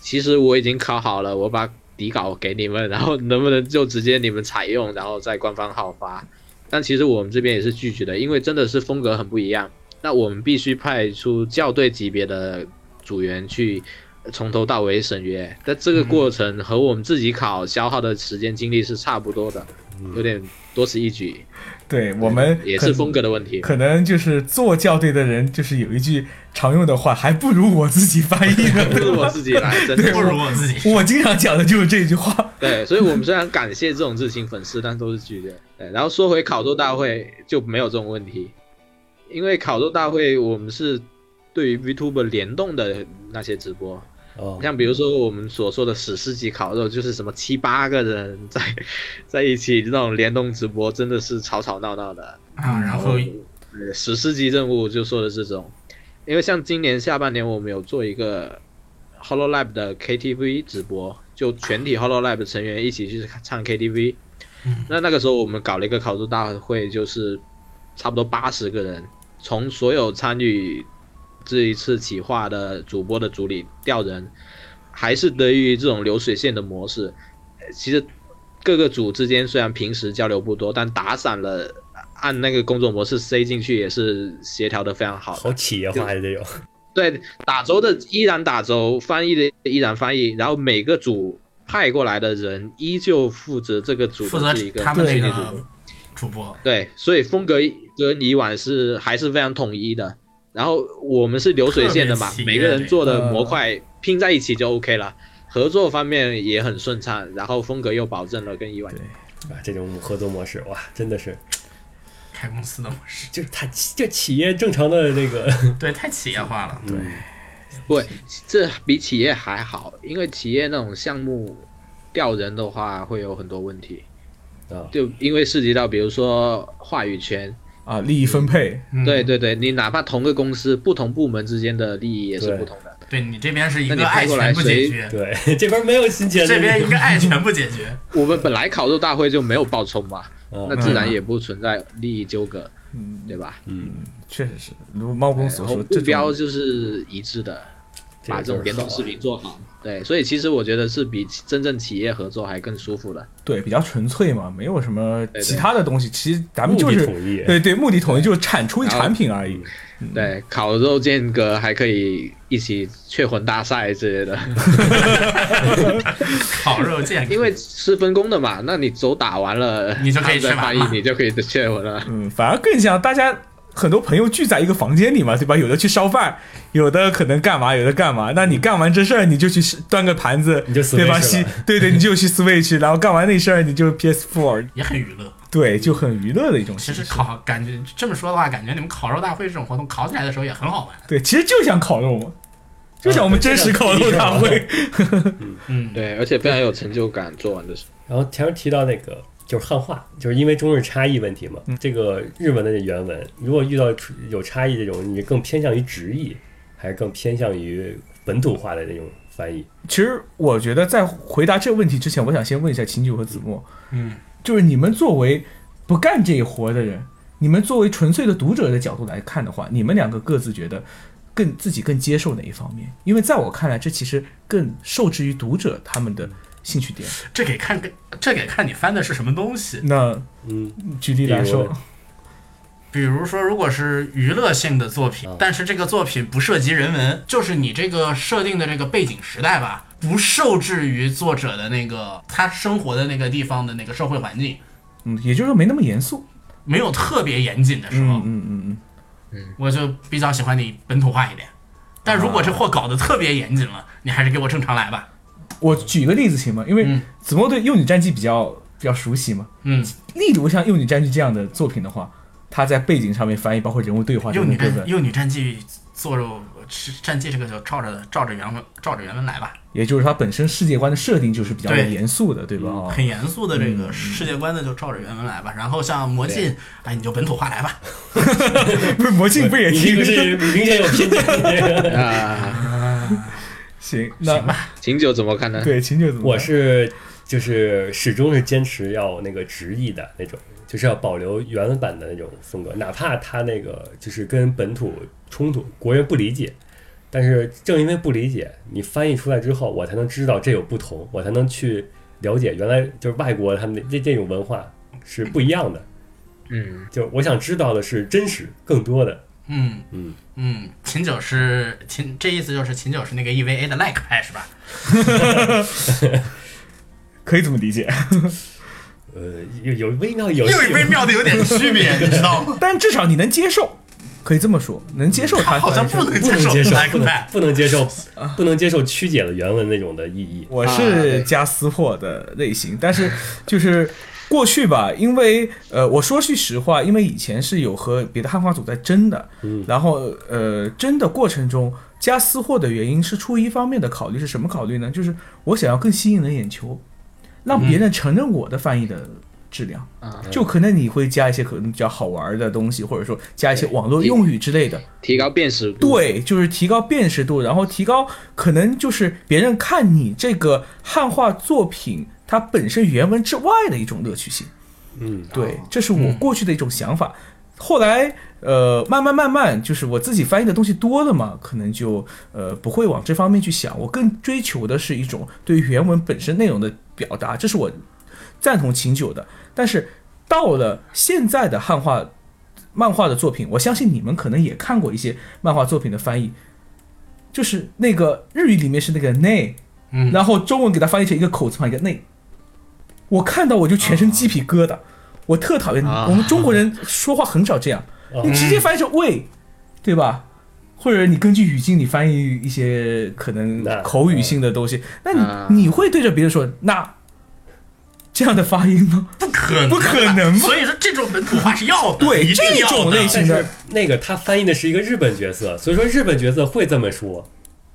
其实我已经考好了，我把底稿给你们，然后能不能就直接你们采用，然后在官方号发。但其实我们这边也是拒绝的，因为真的是风格很不一样，那我们必须派出校对级别的组员去从头到尾审阅，但这个过程和我们自己考消耗的时间精力是差不多的，有点多此一举，对我们也嗯可是风格的问题。可能就是做校对的人，就是有一句常用的话，还不如我自己翻译呢。 不如我自己来，真 对不的。如我自己。我经常讲的就是这句话。对，所以我们虽然感谢这种热情粉丝，但都是拒绝。对，然后说回烤肉大会就没有这种问题，因为烤肉大会我们是对于 VTuber 联动的那些直播，哦，像比如说我们所说的史诗级烤肉，就是什么七八个人在在一起那种联动直播，真的是吵吵闹闹的。啊，然后呃史诗级任务就说的是这种，因为像今年下半年我们有做一个 Hololab 的 KTV 直播，就全体 Hololab 成员一起去唱 KTV。那那个时候我们搞了一个烤肉大会，就是差不多八十个人，从所有参与这一次企划的主播的组里调人，还是得益于这种流水线的模式。呃其实各个组之间虽然平时交流不多，但打散了按那个工作模式塞进去也是协调的非常好的。好企业化的这种，对，打轴的依然打轴，翻译的依然翻译，然后每个组派过来的人依旧负责这个组负责的这一个他们这具体个主播主播，对，所以风格跟以往是还是非常统一的。然后我们是流水线的嘛特别，齐每个人做的模块拼在一起就 OK 了。合作方面也很顺畅，然后风格又保证了跟以往对啊，这种合作模式，哇，真的是，开公司的模式，就是它这企业正常的那个，嗯对，太企业化嗯了。对，不，这比企业还好，因为企业那种项目调人的话会有很多问题，啊，就因为涉及到比如说话语权，啊，利益分配，嗯对，对对，你哪怕同个公司不同部门之间的利益也是对不同的，对你这边是一那你个拍爱过来全部解谁决，对，这边没有新钱的，这边一个爱全部解决。我们本来烤肉大会就没有爆冲嘛，那嗯自然也不存在利益纠葛，对吧？嗯确实是，如猫公所然后说，目这标种就是一致的，这把个这就种是啊联动视频做好。对，所以其实我觉得是比真正企业合作还更舒服的。对比较纯粹嘛，没有什么对其他的东西。其实咱们就目是的统一对对，目的统一就是产出一然后产品而已。嗯对，烤肉间隔还可以一起雀魂大赛之类 的，烤 肉健，因为是分工的嘛。那你走打完了，你就可以他们去在玩翻译了，你就可以雀魂了。嗯，反而更像大家很多朋友聚在一个房间里嘛，对吧？有的去烧饭，有的可能干嘛，有的干嘛。那你干完这事儿，你就去端个盘子，你就对吧？ Switch 吸了对对，你就去 Switch，然后干完那事儿，你就 PS4，也很娱乐。对，就很娱乐的一种其形实式。烤感觉这么说的话，感觉你们烤肉大会这种活动烤起来的时候也很好玩。对，其实就像烤肉嘛，就像我们对真这实个烤比肉喻大好会。 嗯，对，而且非常有成就感，做完的 时候。然后前面提到那个就是汉化，就是因为中日差异问题嗯嘛。这个日文的原文，如果遇到出有差异这种，你更偏向于直译，还是更偏向于本土化的那种翻译？其实我觉得在回答这个问题之前，我想先问一下秦九和子墨，嗯，就是你们作为不干这一活的人，你们作为纯粹的读者的角度来看的话，你们两个各自觉得更自己更接受哪一方面？因为在我看来，这其实更受制于读者他们的兴趣点。这给看个，这给看你翻的是什么东西。那嗯，举例来比说如，比如说，如果是娱乐性的作嗯品，但是这个作品不涉及人文，就是你这个设定的这个背景时代吧，不受制于作者的那个他生活的那个地方的那个社会环境，嗯，也就是说没那么严肃。没有特别严谨的时候，嗯嗯嗯，我就比较喜欢你本土化一点。但如果这货搞得特别严谨了，你还是给我正常来吧。我举个例子行吗？因为嗯子墨对《幼女战记》比较比较熟悉嘛。嗯，例如像《幼女战记》这样的作品的话，它在背景上面翻译，包括人物对话幼等女等各战个，幼女战记做肉战记这个就照着照着原文照着原文来吧，也就是它本身世界观的设定就是比较对严肃的，对吧？哦很严肃的这个世界观的就照着原文来吧。然后像魔镜，哎，你就本土化来吧。不是魔镜不也你这听个 是明显有偏见。你这个啊，行？那秦九怎么看呢？对秦九怎么办？我是就是始终是坚持要那个直译的那种，就是要保留原版的那种风格，哪怕它那个就是跟本土冲突，国人不理解。但是正因为不理解，你翻译出来之后，我才能知道这有不同，我才能去了解原来就是外国他们的这这种文化是不一样的。嗯，就是我想知道的是真实更多的，嗯嗯嗯，秦九是秦，这意思就是秦九是那个 EVA 的 like 派是吧？可以这么理解， 呃，有有微妙有又微妙的有点区别，你知道吗？但至少你能接受，可以这么说，能接受它好像翻译不 能成啊不能接接受受 like 不能派。不能接受 啊不能接受曲解了原文那种的意义。我啊是对加私货的类型，但是就是过去吧，因为呃，我说句实话，因为以前是有和别的汉化组在争的，嗯然后呃，争的过程中加私货的原因是出于一方面的考虑，是什么考虑呢？就是我想要更吸引人眼球，让嗯别人承认我的翻译的质量。啊，就可能你会加一些可能比较好玩的东西，或者说加一些网络用语之类的，提高辨识度。对，就是提高辨识度，然后提高可能就是别人看你这个汉化作品它本身原文之外的一种乐趣性。嗯，对，这是我过去的一种想法。后来呃，慢慢慢慢，就是我自己翻译的东西多了嘛，可能就呃不会往这方面去想，我更追求的是一种对原文本身内容的表达，这是我赞同秦九的。但是到了现在的汉化漫画的作品，我相信你们可能也看过一些漫画作品的翻译，就是那个日语里面是那个内，嗯然后中文给它翻译成一个口字旁一个内，我看到我就全身鸡皮疙瘩，我特讨厌、啊我们中国人说话很少这样，你直接翻译成喂，对吧？或者你根据语境你翻译一些可能那口语性的东西，那你、啊你会对着别人说那这样的发音吗？不可能，不可能吧所以说这种本土化是要的，对一定要的这种类型啊但的是那个他翻译的是一个日本角色，所以说日本角色会这么说。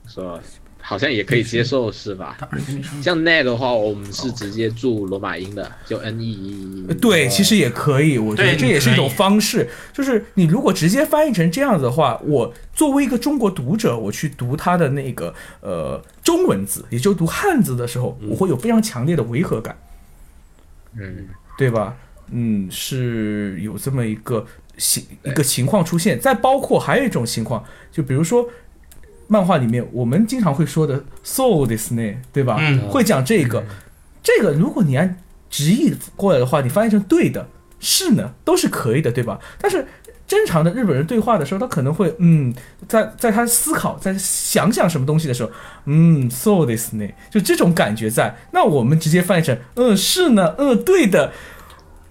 是吧？好像也可以接受，是 吧？他而且你说像 net 的话，我们是直接注罗马音的，就 n e。对，其实也可以，我觉得对这也是一种可以方式。就是你如果直接翻译成这样子的话，我作为一个中国读者，我去读它的那个呃中文字，也就读汉字的时候，嗯我会有非常强烈的违和感，嗯，对吧？嗯，是有这么一个情一个情况出现。再包括还有一种情况，就比如说漫画里面我们经常会说的 “so this name”，对吧？嗯会讲这个，这个如果你按直译过来的话，你翻译成对的是呢，都是可以的，对吧？但是正常的日本人对话的时候，他可能会嗯，在在他思考在想想什么东西的时候，嗯，so this 呢，就这种感觉在。那我们直接翻译成嗯是呢，嗯对的，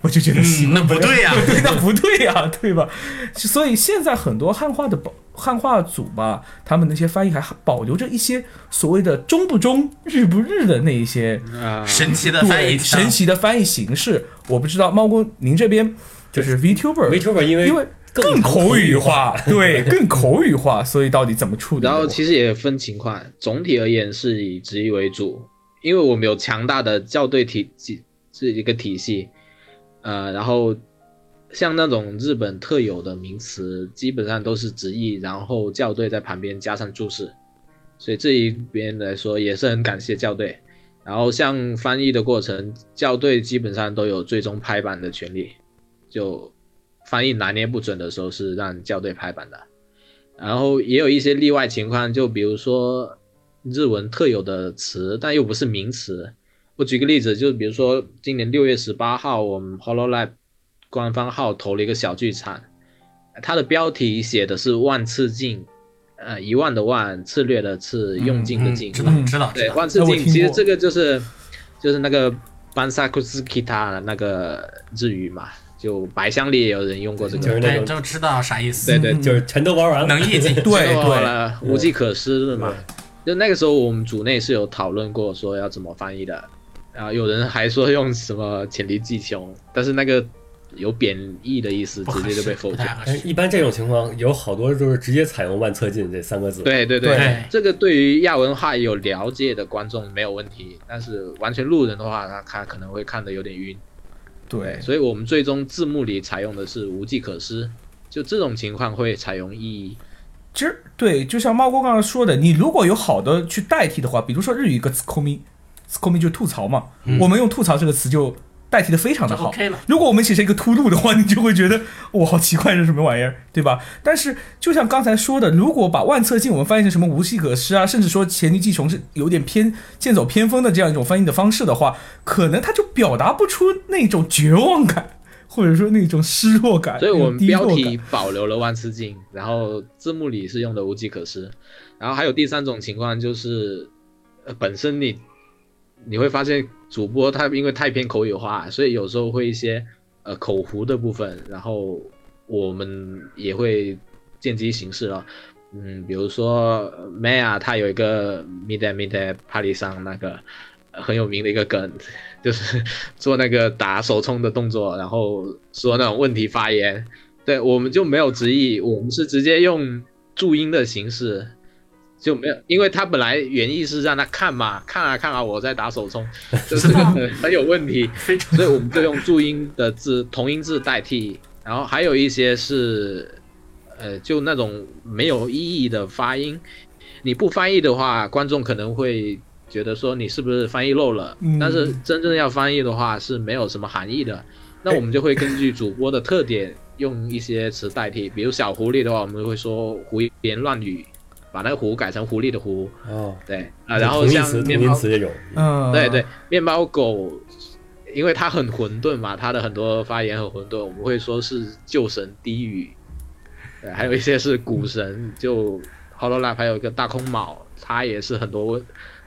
我就觉得奇嗯，怪那不对呀、 对，那不对呀、对吧？所以现在很多汉化的保汉化组吧，他们那些翻译还保留着一些所谓的中不中、日不日的那一些啊，神奇的翻对译，神奇的翻译形式。我不知道猫公您这边就是 VTuber， VTuber 因为因为更更口语语化，对，更口语化，所以到底怎么处理？然后我其实也分情况，总体而言是以直译为主，因为我们有强大的校对体系，是一个体系，呃，然后像那种日本特有的名词，基本上都是直译，然后校对在旁边加上注释，所以这一边来说也是很感谢校对。然后像翻译的过程，校对基本上都有最终拍板的权利，就翻译拿捏不准的时候是让校对拍板的。然后也有一些例外情况，就比如说日文特有的词，但又不是名词。我举个例子，就比如说今年六月十八号，我们 Hololab 官方号投了一个小剧场，它的标题写的是“万次尽”，呃，一万的万，策略的次，用尽的嗯，尽。知道知道知对，道，万次哎我尽，听其实过这个就是就是那个班萨库斯基塔那个日语嘛，就白香里也有人用过这个。就是那对，种，都知道啥意思。对对，就是全都玩完了，能译 进。对到对，了无计可施了嘛。就那个时候，我们组内是有讨论过说要怎么翻译的，然后有人还说用什么潜力技穷，但是那个有贬义的意思，不直合接就被适，否哦不决太。合哎但适。是一般这种情况有好多就是直接采用“万策进”这三个字。，对对对，对这个对于亚文化有了解的观众没有问题，但是完全路人的话，他他可能会看得有点晕。对，所以我们最终字幕里采用的是无计可施，就这种情况会采用意义。其实对，就像猫哥刚刚说的，你如果有好的去代替的话，比如说日语一个 s c o m i s c o m i 就吐槽嘛，我们用吐槽这个词就代替的非常的就好。 OK 了如果我们写成一个秃噜的话，你就会觉得哇，好奇怪，这是什么玩意儿，对吧？但是就像刚才说的，如果把万策进我们翻译成什么无计可施啊，甚至说黔驴技穷是有点偏剑走偏锋的这样一种翻译的方式的话，可能它就表达不出那种绝望感，或者说那种失落感。所以我们那种标低落感题保留了万次尽，然后字幕里是用的无计可施，然后还有第三种情况就是，呃，本身你你会发现主播他因为太偏口语化，所以有时候会一些呃口胡的部分，然后我们也会见机行事了。嗯，比如说 Maya，他有一个 Mid Mid 帕里桑那个呃很有名的一个梗，就是 做那个打手冲的动作，然后说那种问题发言。对，我们就没有直译，我们是直接用注音的形式，就没有，因为他本来原意是让他看嘛，看啊看啊，我在打手冲，就是这个哦很 很有问题，非常所以我们就用注音的字同音字代替，然后还有一些是，呃，就那种没有意义的发音，你不翻译的话，观众可能会觉得说你是不是翻译漏了，嗯但是真正要翻译的话是没有什么含义的，那我们就会根据主播的特点用一些词代替，比如小狐狸的话，我们会说胡言乱语，把那个狐改成狐狸的狐，哦，对啊，然后同义像词、同面音包词这种，嗯，对对，面包狗，因为它很混沌嘛，它的很多发言很混沌，我们会说是旧神低语，对，还有一些是古神，就 Hololive 还有一个大空卯，它也是很多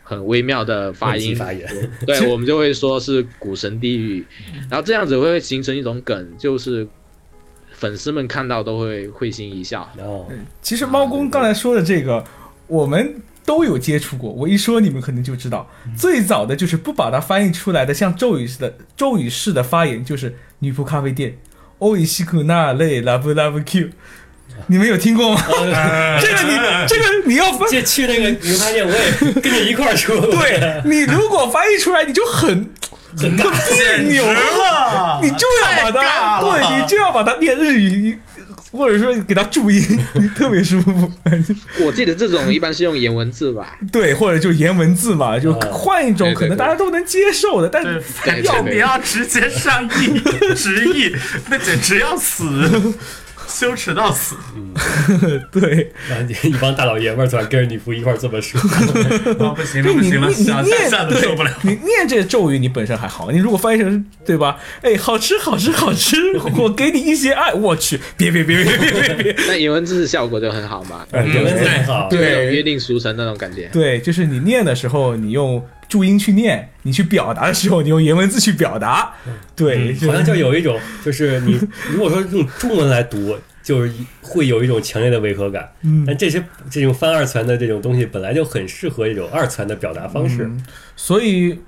很微妙的发问题音，发言。对我们就会说是古神低语，然后这样子会形成一种梗，就是粉丝们看到都会会心一笑。哦，其实猫公刚才说的这个，我们都有接触过。我一说你们可能就知道，嗯最早的就是不把它翻译出来的，像咒语似的咒语式的发言，就是女仆咖啡店，哦伊西 库那类 love love q。你们有听过吗？这个你这个你要翻哎这去那个云饭店，我也跟着一块儿说过。 对你如果翻译出来，你就很很尬别扭了你就要把它，太尬了对你就要把它变日语，或者说给它注音， 你特别舒服。我记得这种一般是用颜文字吧，对，或者就颜文字嘛，就啊换一种对对可能大家都能接受的，但对，是反正哦你要直接上亿直 译，那简直要死，羞耻到死。对，然后一帮大老爷们儿突然跟着女仆一块儿这么 说，啊，不行了，对不你你行了，你想想念象都对受不了。你念这咒语，你本身还好，你如果翻译成对吧？哎，好吃，好吃，好吃，我给你一些爱。我去，别别别别别别别！那颜文字效果就很好嘛，哎颜文字很好。对就有约定俗成那种感觉。对，就是你念的时候，你用注音去念；你去表达的时候，你用颜文字去表达。对，嗯好就像就有一种，就是 你如果说用中文来读，就是会有一种强烈的违和感。嗯，但这些这种翻二传的这种东西，本来就很适合一种二传的表达方式。嗯所以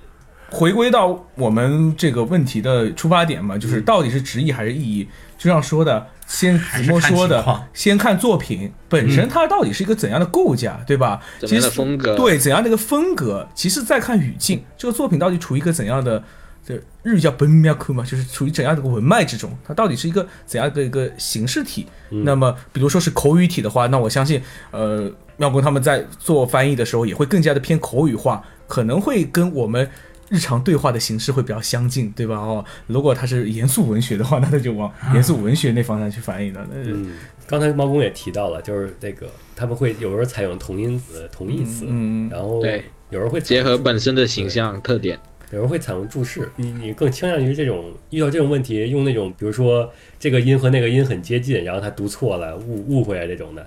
回归到我们这个问题的出发点嘛，就是到底是直译还是意译？就像说的，先子墨说嗯还是看情的况，先看作品本身，它到底是一个怎样的构架，对吧？怎么样的其实风格对，怎样的一个风格？其次再看语境，这个作品到底处于一个怎样的？这日语叫本脈库嘛，就是处于怎样的一个文脉之中，它到底是一个怎样的一个形式体？嗯那么，比如说是口语体的话，那我相信，呃，妙公他们在做翻译的时候也会更加的偏口语化，可能会跟我们日常对话的形式会比较相近，对吧？哦，如果它是严肃文学的话，那它就往严肃文学那方向去翻译了。那是嗯，刚才猫公也提到了，就是那个他们会有时候采用同音词、同义词，嗯嗯然后对有人会采结用合本身的形象特点，有人会采用注释，你你更倾向于这种遇到这种问题，用那种比如说这个音和那个音很接近，然后他读错了，误误会啊了这种的，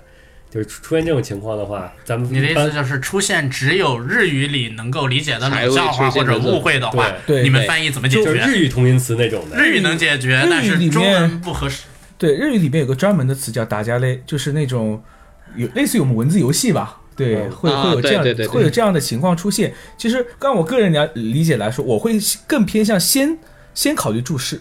就是出出现这种情况的话，咱们你的意一般思就是，出现只有日语里能够理解的才冷会笑话出或现的者误会的话这种，对你们对翻译怎么解就是决？日语同音词那种的，日语能解决日语，但里是面中文不合适。对，日语里面有个专门的词叫“达加类”，就是那种有类似于我们文字游戏吧。对，哦嗯会啊会有这样、对对对对会有这样的情况出现。其实，按我个人了理解来说，我会更偏向先先考虑注释，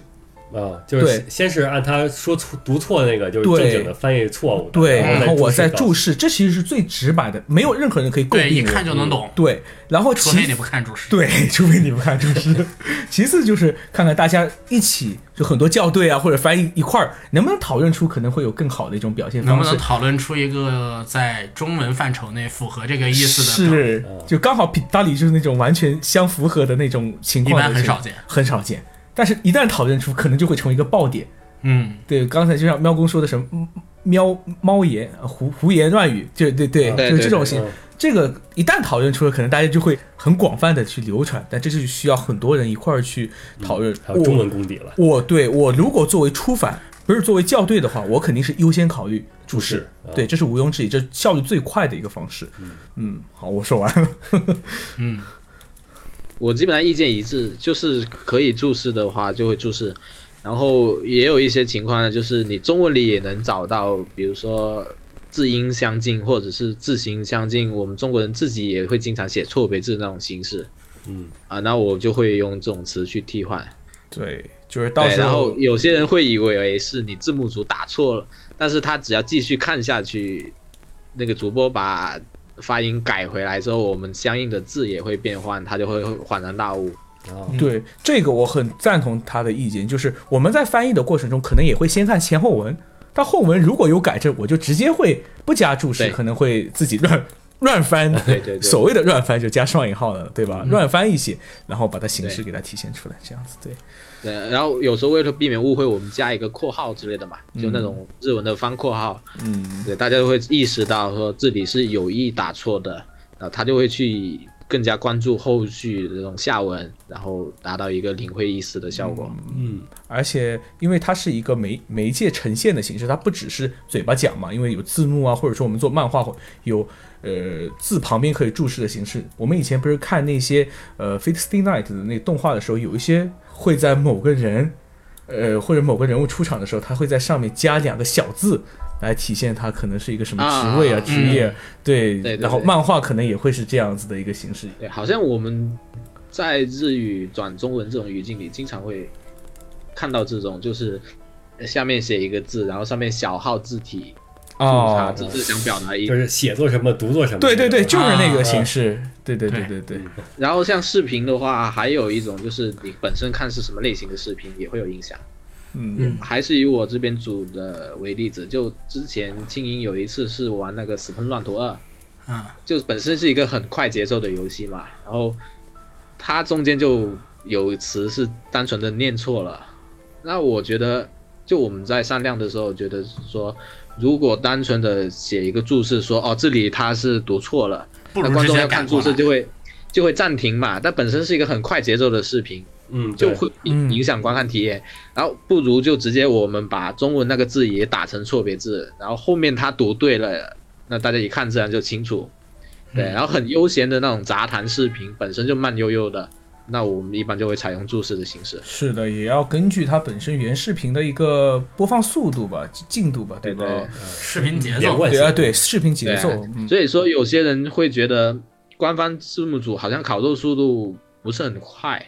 啊，就是对先先是按他说错读错那个，就是对正经的翻译错误的，哦对，然然后后我再再注注释释，这其实是最直白的，没有任何人可以诟病对，一我看就能懂，对，然后除其非你不看注释。对，除非你不看注释。 其次就是看看大家一起，就很多校对啊，或者翻译一块儿，能不能讨论出可能会有更好的一种表现能方不能式。讨论出一个在中文范畴内符合这个意思的表？是，就刚好匹搭里就是那种完全相符合的那种情况，一般很少见，很少见。但是，一旦讨论出，可能就会成为一个爆点。嗯，对，刚才就像喵公说的什么嗯喵猫言、呃胡胡言乱语，对对对，嗯对就是这种对型嗯。这个一旦讨论出了，可能大家就会很广泛的去流传，但这就是需要很多人一块儿去讨论。嗯还有中文功底了，我，我对我如果作为出版，不是作为校对的话，我肯定是优先考虑注注释释啊。对，这是毋庸置疑，这效率最快的一个方式。嗯，好，我说完了。我基本上意见一致，就是可以注释的话就会注释，然后也有一些情况呢，就是你中文里也能找到，比如说字音相近或者是字形相近，我们中国人自己也会经常写错别字那种形式嗯啊，那我就会用这种词去替换。对，就是到对，时然后候有些人会以为是你字幕组打错了，但是他只要继续看下去，那个主播把发音改回来之后，我们相应的字也会变换，他就会恍然大悟。啊，对这个我很赞同他的意见，就是我们在翻译的过程中，可能也会先看前后文，但后文如果有改正，我就直接会不加注释，对可能会自己 乱乱翻，对对对嗯所谓的乱翻就加双引号了，对吧？乱翻一些，然后把它形式对给它体现出来，这样子对。对，然后有时候为了避免误会，我们加一个括号之类的嘛，就那种日文的方括号，嗯，对，大家就会意识到说这里是有意打错的，然后他就会去更加关注后续的这种下文，然后达到一个领会意思的效果。嗯，而且因为它是一个媒媒介呈现的形式，它不只是嘴巴讲嘛，因为有字幕啊，或者说我们做漫画会有呃字旁边可以注释的形式。我们以前不是看那些呃《Fate Stay Night》的那动画的时候，有一些呃会在某个人呃或者某个人物出场的时候，他会在上面加两个小字。来体现他可能是一个什么职位啊、啊职业，对，对对然后对漫画可能也会是这样子的一个形式，对，好像我们在日语转中文这种语境里，经常会看到这种，就是下面写一个字，然后上面小号字体，吐槽，哦，这是想表达一就个。是写作什么，读作什么。对对对，就是那个啊啊形式，对对对对对对，然后像视频的话，还有一种就是你本身看是什么类型的视频也会有影响。嗯嗯还是以我这边组的为例子，就之前庆英有一次是玩那个《死喷乱陀二》，嗯，就本身是一个很快节奏的游戏嘛，然后它中间就有词是单纯的念错了。那我觉得，就我们在上量的时候，觉得说，如果单纯的写一个注释说，哦，这里它是读错了，不那如观直众接要改看过注释来。就会就会暂停嘛。但本身是一个很快节奏的视频，嗯，就对会嗯影响观看体验。然后不如就直接我们把中文那个字也打成错别字，然后后面他读对了，那大家一看自然就清楚。对，然后很悠闲的那种杂谈视频本身就慢悠悠的，那我们一般就会采用注释的形式。是的，也要根据它本身原视频的一个播放速度吧、进度吧，对吧？对视频节连奏，贯对性啊，对，视频对节啊奏，嗯所以说有些人会觉得官方字幕组好像烤肉速度不是很快，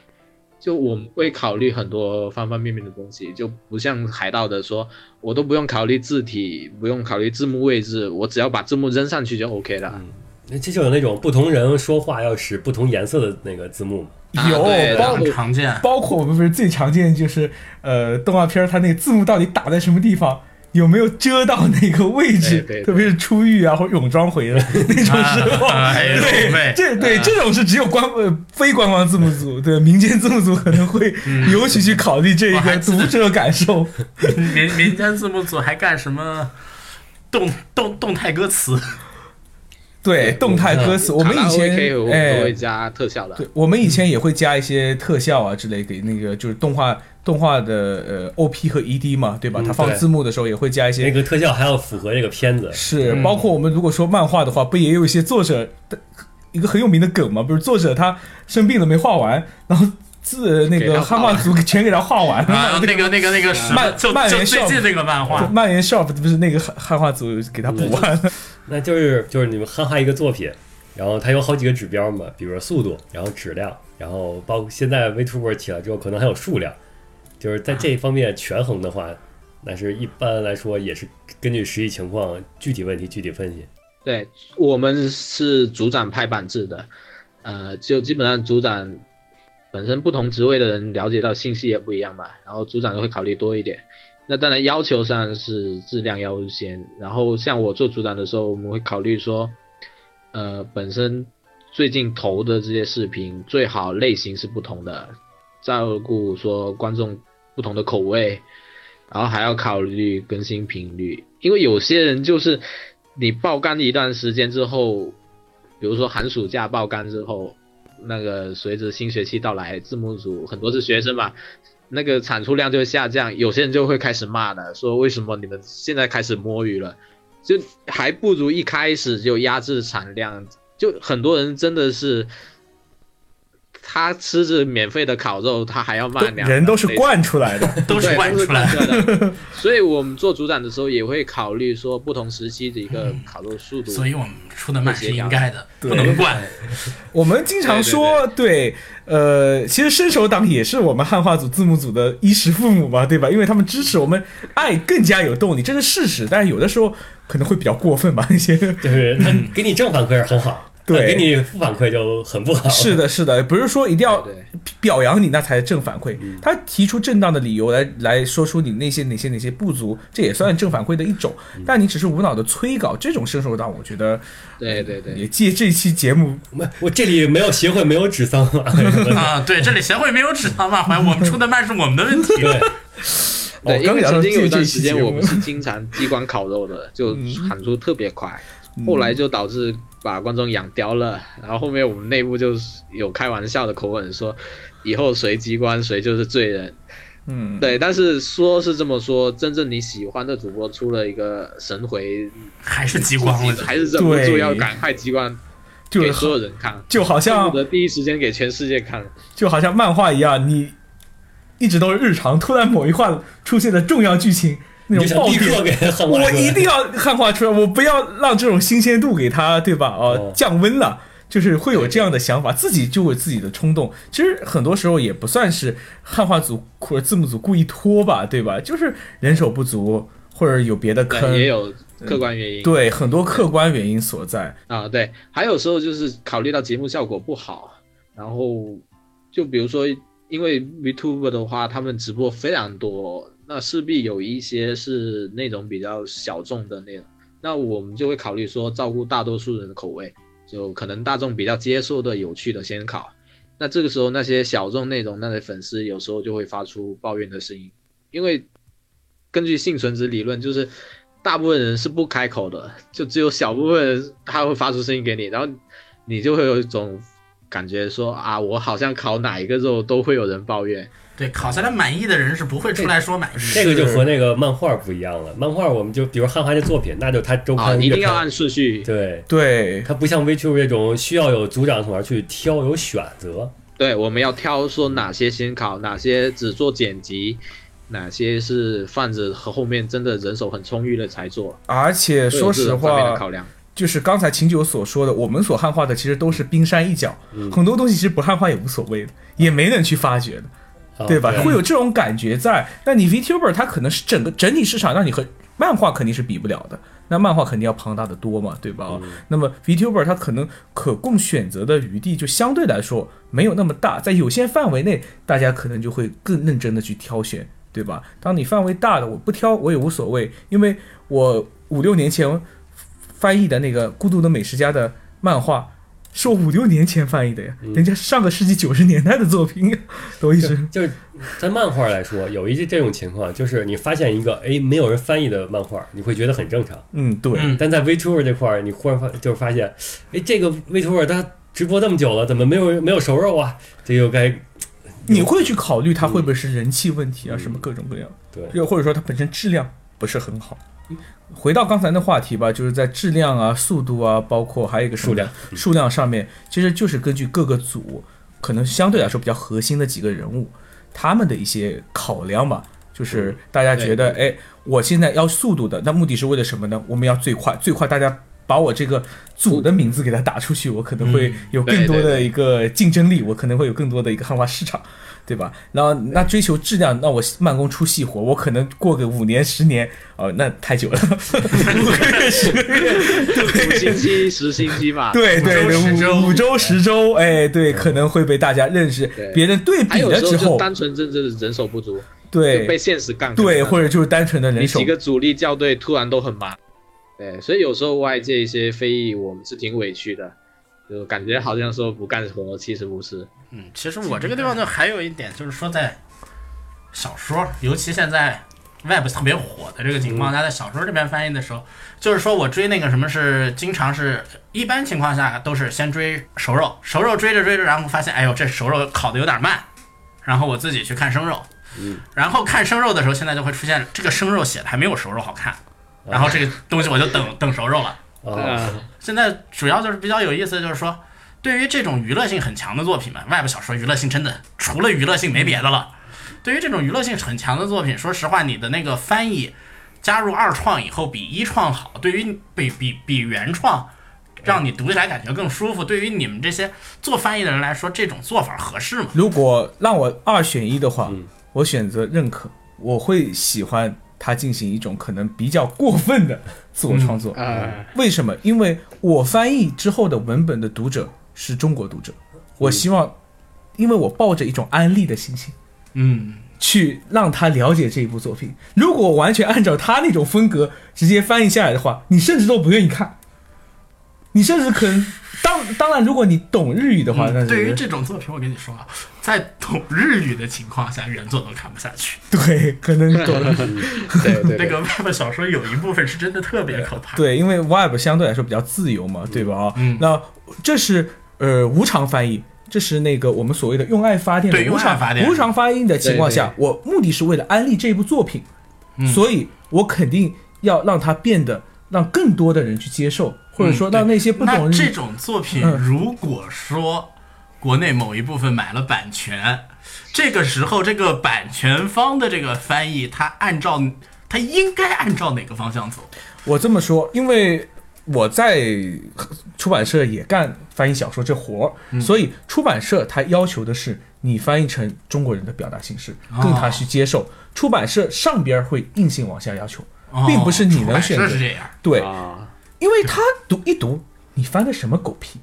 就我们会考虑很多方方面面的东西，就不像海盗的说，我都不用考虑字体，不用考虑字幕位置，我只要把字幕扔上去就 OK 了。嗯那这就有那种不同人说话要使不同颜色的那个字幕嘛。有啊对然包后很常见。包括我们不是最常见的就是呃动画片儿它那个字幕到底打在什么地方，有没有遮到那个位置，对对特别是出狱啊或者泳装回的 那种时候，啊哎呦对喂这对啊这种是只有官呃非官方字幕 组对民间字幕组可能会嗯尤其去考虑这我一个还记得读者感受，民民间字幕组还干什么动动动态歌词？对动态歌词，我们以前可以，我们都哎会加特效的。对，我们以前也会加一些特效啊之类，给那个就是动画动画的呃 OP 和 ED 嘛，对吧？嗯它放对字幕的时候也会加一些那个特效还要符合这个片子，是，包括我们如果说漫画的话，不也有一些作者的一个很有名的梗嘛？不是作者他生病了没画完，然后字那给个他画汉完化组全给他画完啊 了。，那个那个那个什么，漫就漫就人最少近那个漫就画，蔓延 shop 不是那个汉汉化组给他补完了，那就是就是你们哈哈一个作品，然后它有好几个指标嘛，比如说速度，然后质量，然后包括现在 VTuber 起来之后，可能还有数量，就是在这一方面权衡的话，那是一般来说也是根据实际情况、具体问题具体分析。对，我们是组长拍板制的，呃，就基本上组长本身不同职位的人了解到信息也不一样嘛，然后组长就会考虑多一点。那当然要求上是质量优先，然后像我做组长的时候，我们会考虑说，呃，本身最近投的这些视频最好类型是不同的，照顾说观众不同的口味，然后还要考虑更新频率，因为有些人就是你爆肝一段时间之后，比如说寒暑假爆肝之后，那个随着新学期到来，字幕组很多是学生嘛，那个产出量就会下降，有些人就会开始骂了，说为什么你们现在开始摸鱼了，就还不如一开始就压制产量，就很多人真的是。他吃着免费的烤肉，他还要骂娘，人都是惯出来的。都是对灌都是出来的。灌出来 的。所以我们做组长的时候也会考虑说不同时期的一个烤肉速度。嗯所以我们出的慢是应该的，不能灌。我们经常说，对，呃，其实伸手党也是我们汉化组字幕组的衣食父母嘛，对吧？因为他们支持我们，爱更加有动力，这是事实。但是有的时候可能会比较过分吧，那 些就是他给你正反馈是很好，嗯对但给你负反馈就很不好。是的，是的，不是说一定要对对表扬你那才正反馈，他提出正当的理由来来说出你那些哪些哪些不足，这也算正反馈的一种。但你只是无脑的催稿，这种伸手党，我觉得对对对，也借这期节目，没，我这里没有协会，没有指桑骂 槐什么的。啊，对，这里协会没有指桑骂 槐，我们出的慢是我们的问题。对，哦对，因刚为聊到曾经有一这段期时节间目嗯我们是经常机关烤肉的，就产出特别快，后来就导致把观众养刁了。然后后面我们内部就是有开玩笑的口吻说，以后谁机关谁就是罪人。嗯，对，但是说是这么说，真正你喜欢的主播出了一个神回，还是极光了，还是忍不住对要赶快机关就给所是有人看。就好恨像不得第一时间给全世界看。就好像漫画一样，你一直都是日常，突然某一话出现了重要剧情，那你就想种爆立点刻给汉化出来我一定要汉化出来，我不要让这种新鲜度给它，对吧？哦、哦降温了。就是会有这样的想法，自己就有自己的冲动。其实很多时候也不算是汉化组或者字幕组故意拖吧，对吧？就是人手不足，或者有别的坑，对，哎也有客观原因。对很多客观原因所在。啊，对，还有时候就是考虑到节目效果不好，然后就比如说，因为 VTuber 的话，他们直播非常多，那势必有一些是那种比较小众的内容，那我们就会考虑说照顾大多数人的口味，就可能大众比较接受的、有趣的先考。那这个时候，那些小众内容，那些粉丝有时候就会发出抱怨的声音，因为根据幸存者理论，就是大部分人是不开口的，就只有小部分人他会发出声音给你，然后你就会有一种感觉说啊，我好像烤哪一个肉都会有人抱怨。对，考下来满意的人是不会出来说满意的。这个就和那个漫画不一样了。漫画我们就比如汉化这作品，那就他周啊，刊你一定月要刊按顺序。对，对，它不像 VTube 这种需要有组长从哪儿去挑，有选择。对，我们要挑说哪些先考，哪些只做剪辑，哪些是放着和后面真的人手很充裕了才做。而且会有哎说这实种方面的话考，量。就是刚才秦九所说的，我们所汉化的其实都是冰山一角，很多东西其实不汉化也无所谓的，也没人去发掘的。啊对吧？会有这种感觉在。那你 VTuber 它可能是整个整体市场，让你和漫画肯定是比不了的。那漫画肯定要庞大的多嘛，对吧？那么 VTuber 它可能可供选择的余地就相对来说没有那么大，在有限范围内，大家可能就会更认真的去挑选，对吧？当你范围大的，我不挑我也无所谓，因为我五六年前翻译的那个《孤独的美食家》的漫画。是我五六年前翻译的呀，人家是上个世纪九十年代的作品呀，都一直就是在漫画来说，有一些这种情况，就是你发现一个哎没有人翻译的漫画，你会觉得很正常。嗯，对，嗯但在 VTuber 这块儿，你忽然发就是发现，哎，这个 VTuber 他直播这么久了，怎么没有人没有熟肉啊？这又该你会去考虑它会不会是人气问题啊，什么各种各样，对又或者说它本身质量不是很好。回到刚才的话题吧，就是在质量啊、速度啊，包括还有一个数量、数量上面，其实就是根据各个组可能相对来说比较核心的几个人物，他们的一些考量吧。就是大家觉得，哎，我现在要速度的，那目的是为了什么呢？我们要最快，最快，大家把我这个组的名字给它打出去，我可能会有更多对对的对一个竞争力，我可能会有更多的一个汉化市场。对吧？然后那追求质量，那我慢工出细活，我可能过个五年十年，哦，那太久了，啊五个月十个月，五星期、十星期嘛。 对对五周十对，周五五周十周，哎，对，可能会被大家认识对，别人对还比有了时候之就后，单纯真正的人手不足，就被对现实杠。对，或者就是单纯的你人手几个主力校队突然都很忙，对，所以有时候外界一些非议，我们是挺委屈的，就感觉好像说不干活，其实不是。嗯，其实我这个地方就还有一点，就是说在小说，尤其现在 Web 特别火的这个情况下，在小说这边翻译的时候，就是说我追那个什么是经常是一般情况下都是先追熟肉，熟肉追着追着，然后发现哎呦这熟肉烤的有点慢，然后我自己去看生肉，然后看生肉的时候，现在就会出现这个生肉写的还没有熟肉好看，然后这个东西我就等等熟肉了。哦啊，啊，现在主要就是比较有意思，就是说，对于这种娱乐性很强的作品嘛，Web 小说娱乐性真的除了娱乐性没别的了。对于这种娱乐性很强的作品，说实话，你的那个翻译加入二创以后比一创好，对于比比比原创，让你读起来感觉更舒服。对于你们这些做翻译的人来说，这种做法合适吗？如果让我二选一的话，嗯我选择认可，我会喜欢他进行一种可能比较过分的 自我创作。啊为什么？因为我翻译之后的文本的读者是中国读者，我希望，因为我抱着一种安利的心情。嗯，去让他了解这一部作品。如果完全按照他那种风格直接翻译下来的话，你甚至都不愿意看，你甚至可能当当然，如果你懂日语的话，那嗯是对于这种作品，我跟你说啊，在懂日语的情况下，原作都看不下去。对可能懂了。嗯 对对那对，个 Web 小说有一部分是真的特别可怕。对，因为 Web 相对来说比较自由嘛，对吧？嗯，那这是呃无偿翻译，这是那个我们所谓的用爱发电对的用无爱偿发电无偿翻译的情况下，我目的是为了安利这部作品，嗯所以我肯定要让它变得让更多的人去接受，或者嗯说让那些不那懂日语这种作品，嗯如果说国内某一部分买了版权，这个时候这个版权方的这个翻译，他按照他应该按照哪个方向走？我这么说，因为我在出版社也干翻译小说这活儿，嗯所以出版社它要求的是你翻译成中国人的表达形式，哦供他去接受。出版社上边儿会硬性往下要求，哦 并不是你能选择出版社是这样，对， 啊，因为他读一读，你翻的什么狗屁？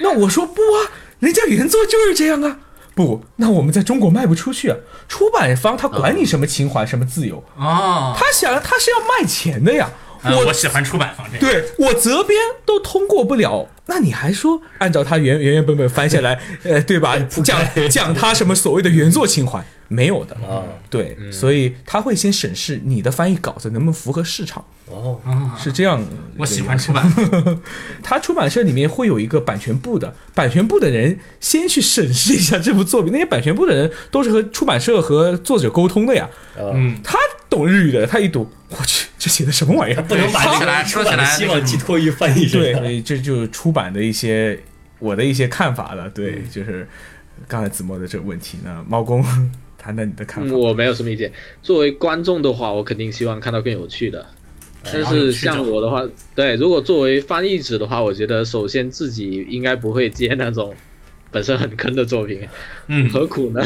那我说不啊，人家原作就是这样啊。不，那我们在中国卖不出去啊。出版方他管你什么情怀、什么自由，嗯哦，他想他是要卖钱的呀。嗯我我喜欢出版方这样，对我责编都通过不了，那你还说按照他原原原本本翻下来，呃，对吧？讲讲他什么所谓的原作情怀，没有的嗯啊。对，所以他会先审视你的翻译稿子能不能符合市场，哦，是这样。嗯啊我喜欢出版方，他出版社里面会有一个版权部的，版权部的人先去审视一下这部作品。那些版权部的人都是和出版社和作者沟通的呀，嗯，他懂日语的，他一读，我去，这写的什么玩意儿？不能把说这起来个说出起版的来那希个望寄托于翻译身对，上所。以这就是出版的一些我的一些看法了。对，就是刚才子墨的这个问题呢，猫公谈谈你的看法。嗯我没有什么意见。作为观众的话，我肯定希望看到更有趣的。但是像我的话，对，如果作为翻译者的话，我觉得首先自己应该不会接那种本身很坑的作品，嗯，何苦 呢？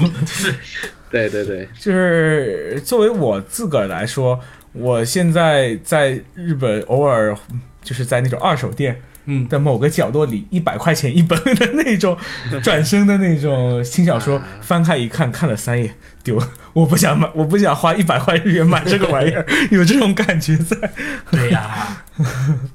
对对对，就是作为我自个儿来说，我现在在日本偶尔就是在那种二手店。嗯的某个角落里，一百块钱一本的那种转生的那种轻小说，翻开一看，看了三页，丢了，我不想买，我不想花一百块日元买这个玩意儿，有这种感觉在。对呀，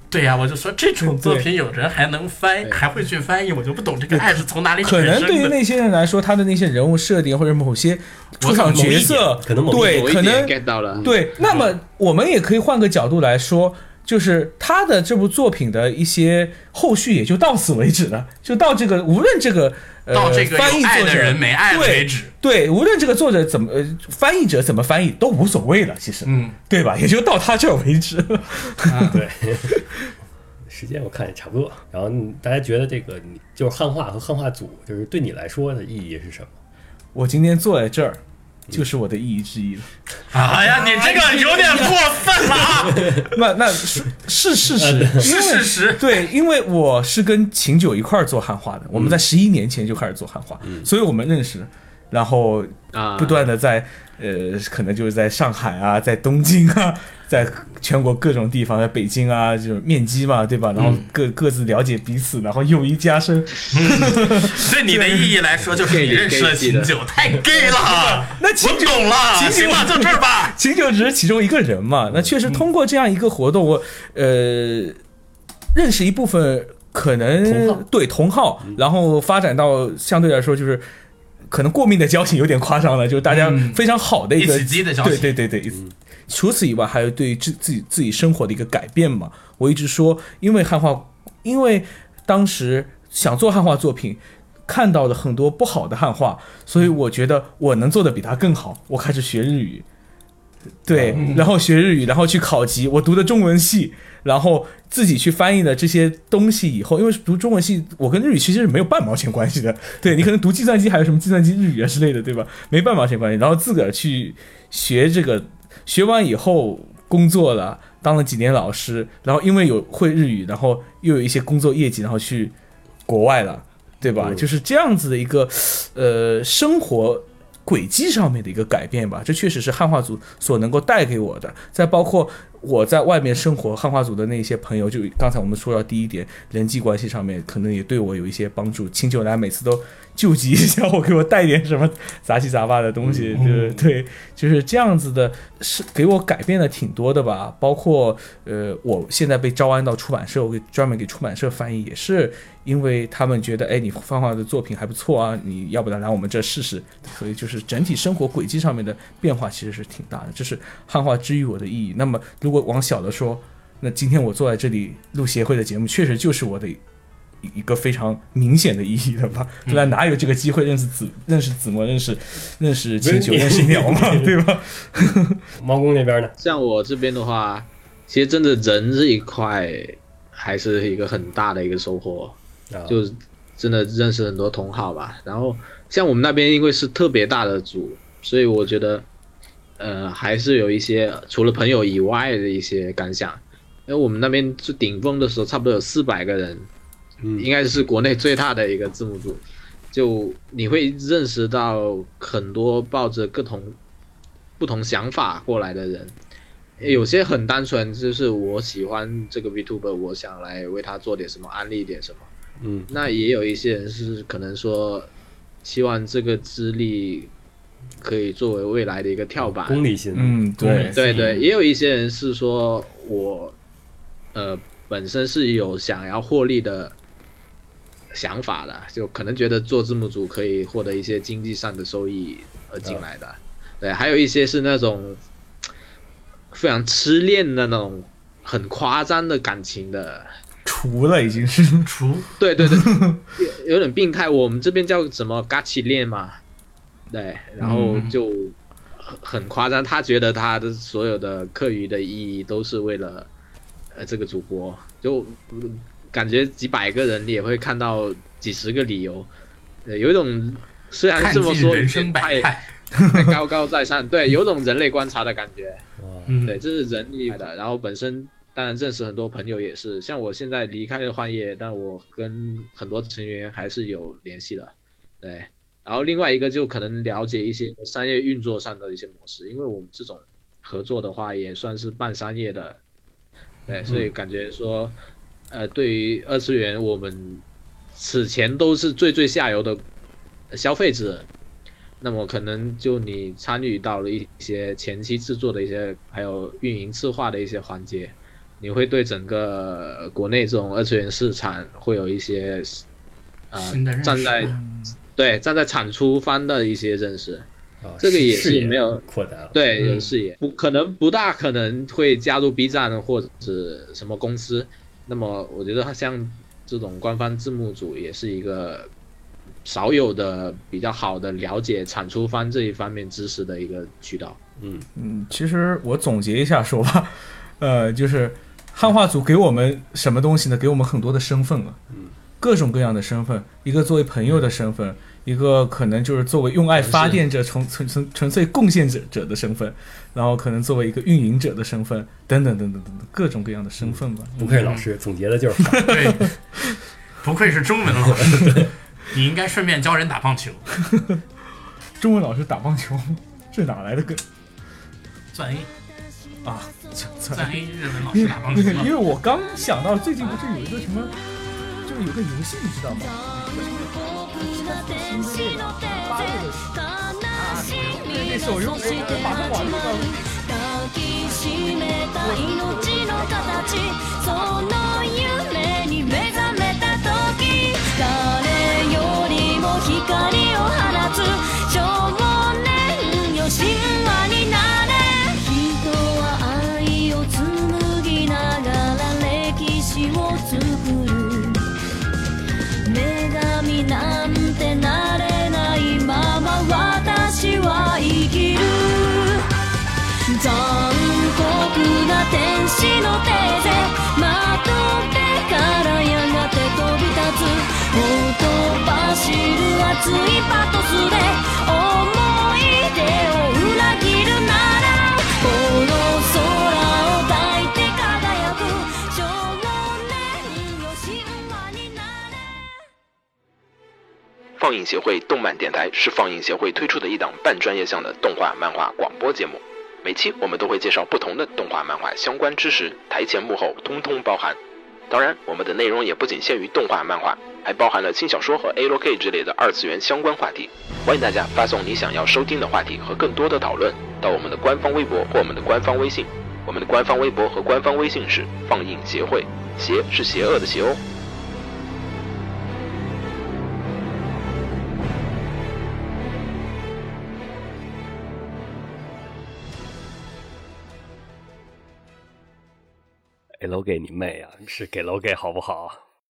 对呀，我就说这种作品对有人还能翻，对还会去翻译，我就不懂这个爱是从哪里可产能生对于的。那些人来说，他的那些人物设定或者某些出场角色，可能某一对，我一可点能 get 到了。对。那么我们也可以换个角度来说，就是他的这部作品的一些后续也就到此为止了，就到这个无论这个。呃、到这个翻译有爱作的者人没爱对为止，对，无论这个作者怎么、呃、翻译者怎么翻译都无所谓了，其实，嗯，对吧？也就到他这儿为止 了。对，时间我看也差不多。然后你大家觉得这个你就是汉化和汉化组，就是对你来说的意义是什么？我今天坐在这儿，就是我的意义之一了。哎呀，你这个有点过分了啊！那那是是事实，因为是事实对，因为我是跟秦九一块儿做汉化的，我们在十一年前就开始做汉化，所以我们认识，然后啊，不断的在、呃，可能就是在上海啊，在东京啊，在全国各种地方，在北京啊，就是面基嘛，对吧？然后各、各自了解彼此，然后友谊加深。对你的意义来说，就是你认识了秦九，太 gay 了。那秦我九懂了，行秦九吧，就这儿 吧。秦九只是其中一个人嘛。那确实通过这样一个活动，我呃认识一部分可能同好对同好，然后发展到相对来说就是可能过命的交情有点夸张了，就是大家嗯非常好的一个一起激的交情对对对对。除此以外，还有对于自自己自己生活的一个改变嘛。我一直说，因为汉化，因为当时想做汉化作品。看到了很多不好的汉化，所以我觉得我能做的比他更好。我开始学日语，对，然后学日语，然后去考级。我读的中文系，然后自己去翻译的这些东西以后，因为读中文系，我跟日语其实是没有半毛钱关系的。对你可能读计算机还有什么计算机日语啊之类的，对吧？没半毛钱关系。然后自个儿去学这个，学完以后工作了，当了几年老师，然后因为有会日语，然后又有一些工作业绩，然后去国外了，对吧？就是这样子的一个呃生活轨迹上面的一个改变吧。这确实是汉化组所能够带给我的。再包括我在外面生活，汉化组的那些朋友，就刚才我们说到第一点，人际关系上面可能也对我有一些帮助。清酒来每次都救济一下我，给我带点什么杂七杂八的东西，就是对，就是这样子的，是给我改变了挺多的吧。包括呃，我现在被招安到出版社，我给专门给出版社翻译，也是因为他们觉得，哎，你翻画的作品还不错啊，你要不然来我们这试试。所以就是整体生活轨迹上面的变化其实是挺大的，这是汉化之于我的意义。那么如果往小的说，那今天我坐在这里录协会的节目，确实就是我的一一个非常明显的意义了吧？不然哪有这个机会认识子认识子墨，认识认识秦九，不是你认识苗嘛，对吧？猫公那边呢？像我这边的话，其实真的人这一块还是一个很大的一个收获，啊，就真的认识很多同好吧。然后像我们那边因为是特别大的组，所以我觉得，呃，还是有一些除了朋友以外的一些感想。因为我们那边最顶峰的时候，差不多有四百个人，嗯应该是国内最大的一个字幕组。就你会认识到很多抱着各同不同想法过来的人，有些很单纯，就是我喜欢这个 Vtuber，我想来为他做点什么，安利一点什么。嗯，那也有一些人是可能说，希望这个资历可以作为未来的一个跳板。功利心，嗯，对，对对，也有一些人是说我，呃，本身是有想要获利的想法的，就可能觉得做字幕组可以获得一些经济上的收益而进来的。对，还有一些是那种非常痴恋的那种很夸张的感情的。除了已经是除对 对对，有有点病态。我们这边叫什么“嘎起恋”嘛，对，然后嗯就很很夸张，他觉得他的所有的课余的意义都是为了呃这个主播，就嗯感觉几百个人你也会看到几十个理由，呃有一种虽然看这么尽说人生百 太态。太高高在上，对，有种人类观察的感觉。啊，嗯，对，这是人力的。然后本身当然认识很多朋友也是，像我现在离开了幻夜，但我跟很多成员还是有联系的。对，然后另外一个就可能了解一些商业运作上的一些模式，因为我们这种合作的话也算是半商业的，对，所以感觉说，呃，对于二次元，我们此前都是最最下游的消费者，那么可能就你参与到了一些前期制作的一些，还有运营策划的一些环节，你会对整个呃国内这种二次元市场会有一些，呃新的认，识站在对站在产出方的一些认识，啊这个也视野是没有扩大了，对，嗯有视野，不可能不大可能会加入 B 站或者是什么公司。那么我觉得它像这种官方字幕组也是一个少有的比较好的了解产出方这一方面知识的一个渠道。嗯，其实我总结一下说吧， 呃，就是汉化组给我们什么东西呢？给我们很多的身份了，嗯，各种各样的身份，一个作为朋友的身份，一个可能就是作为用爱发电者、纯纯纯纯粹贡献者者的身份，然后可能作为一个运营者的身份，等等等等等等，各种各样的身份吧。不愧是老师，总结的 就是好。对，不愧是中文老师，你应该顺便教人打棒球，中文老师打棒球，这哪来的梗算 A 啊？这这算 A 日文老因师为打棒球因为我刚想到最近不是有一个什么，就是有个游戏你知道吗？天使の手八月的时候悲しみ那首又哎马上网上了。抱きしめた命の形その夢に目覚めた時誰よりも光を放つ少年よ神話になれ人は愛を紡ぎながら歴史を作る女神なんてなれないまま私は生きる残酷な天使のテーゼ窓辺からやがて飛び立つほとばしる熱いパトスで思い出を裏切るならこの空を抱いて輝く少年よ神話になれ放映协会动漫电台是放映协会推出的一档半专业向的动画、漫画广播节目。每期我们都会介绍不同的动画、漫画相关知识，台前幕后通通包含。当然，我们的内容也不仅限于动画、漫画，还包含了轻小说和 A l K 之类的二次元相关话题。欢迎大家发送你想要收听的话题和更多的讨论到我们的官方微博或我们的官方微信。我们的官方微博和官方微信是放映协会，邪是邪恶的邪哦。给楼给你妹啊，是给楼给好不好？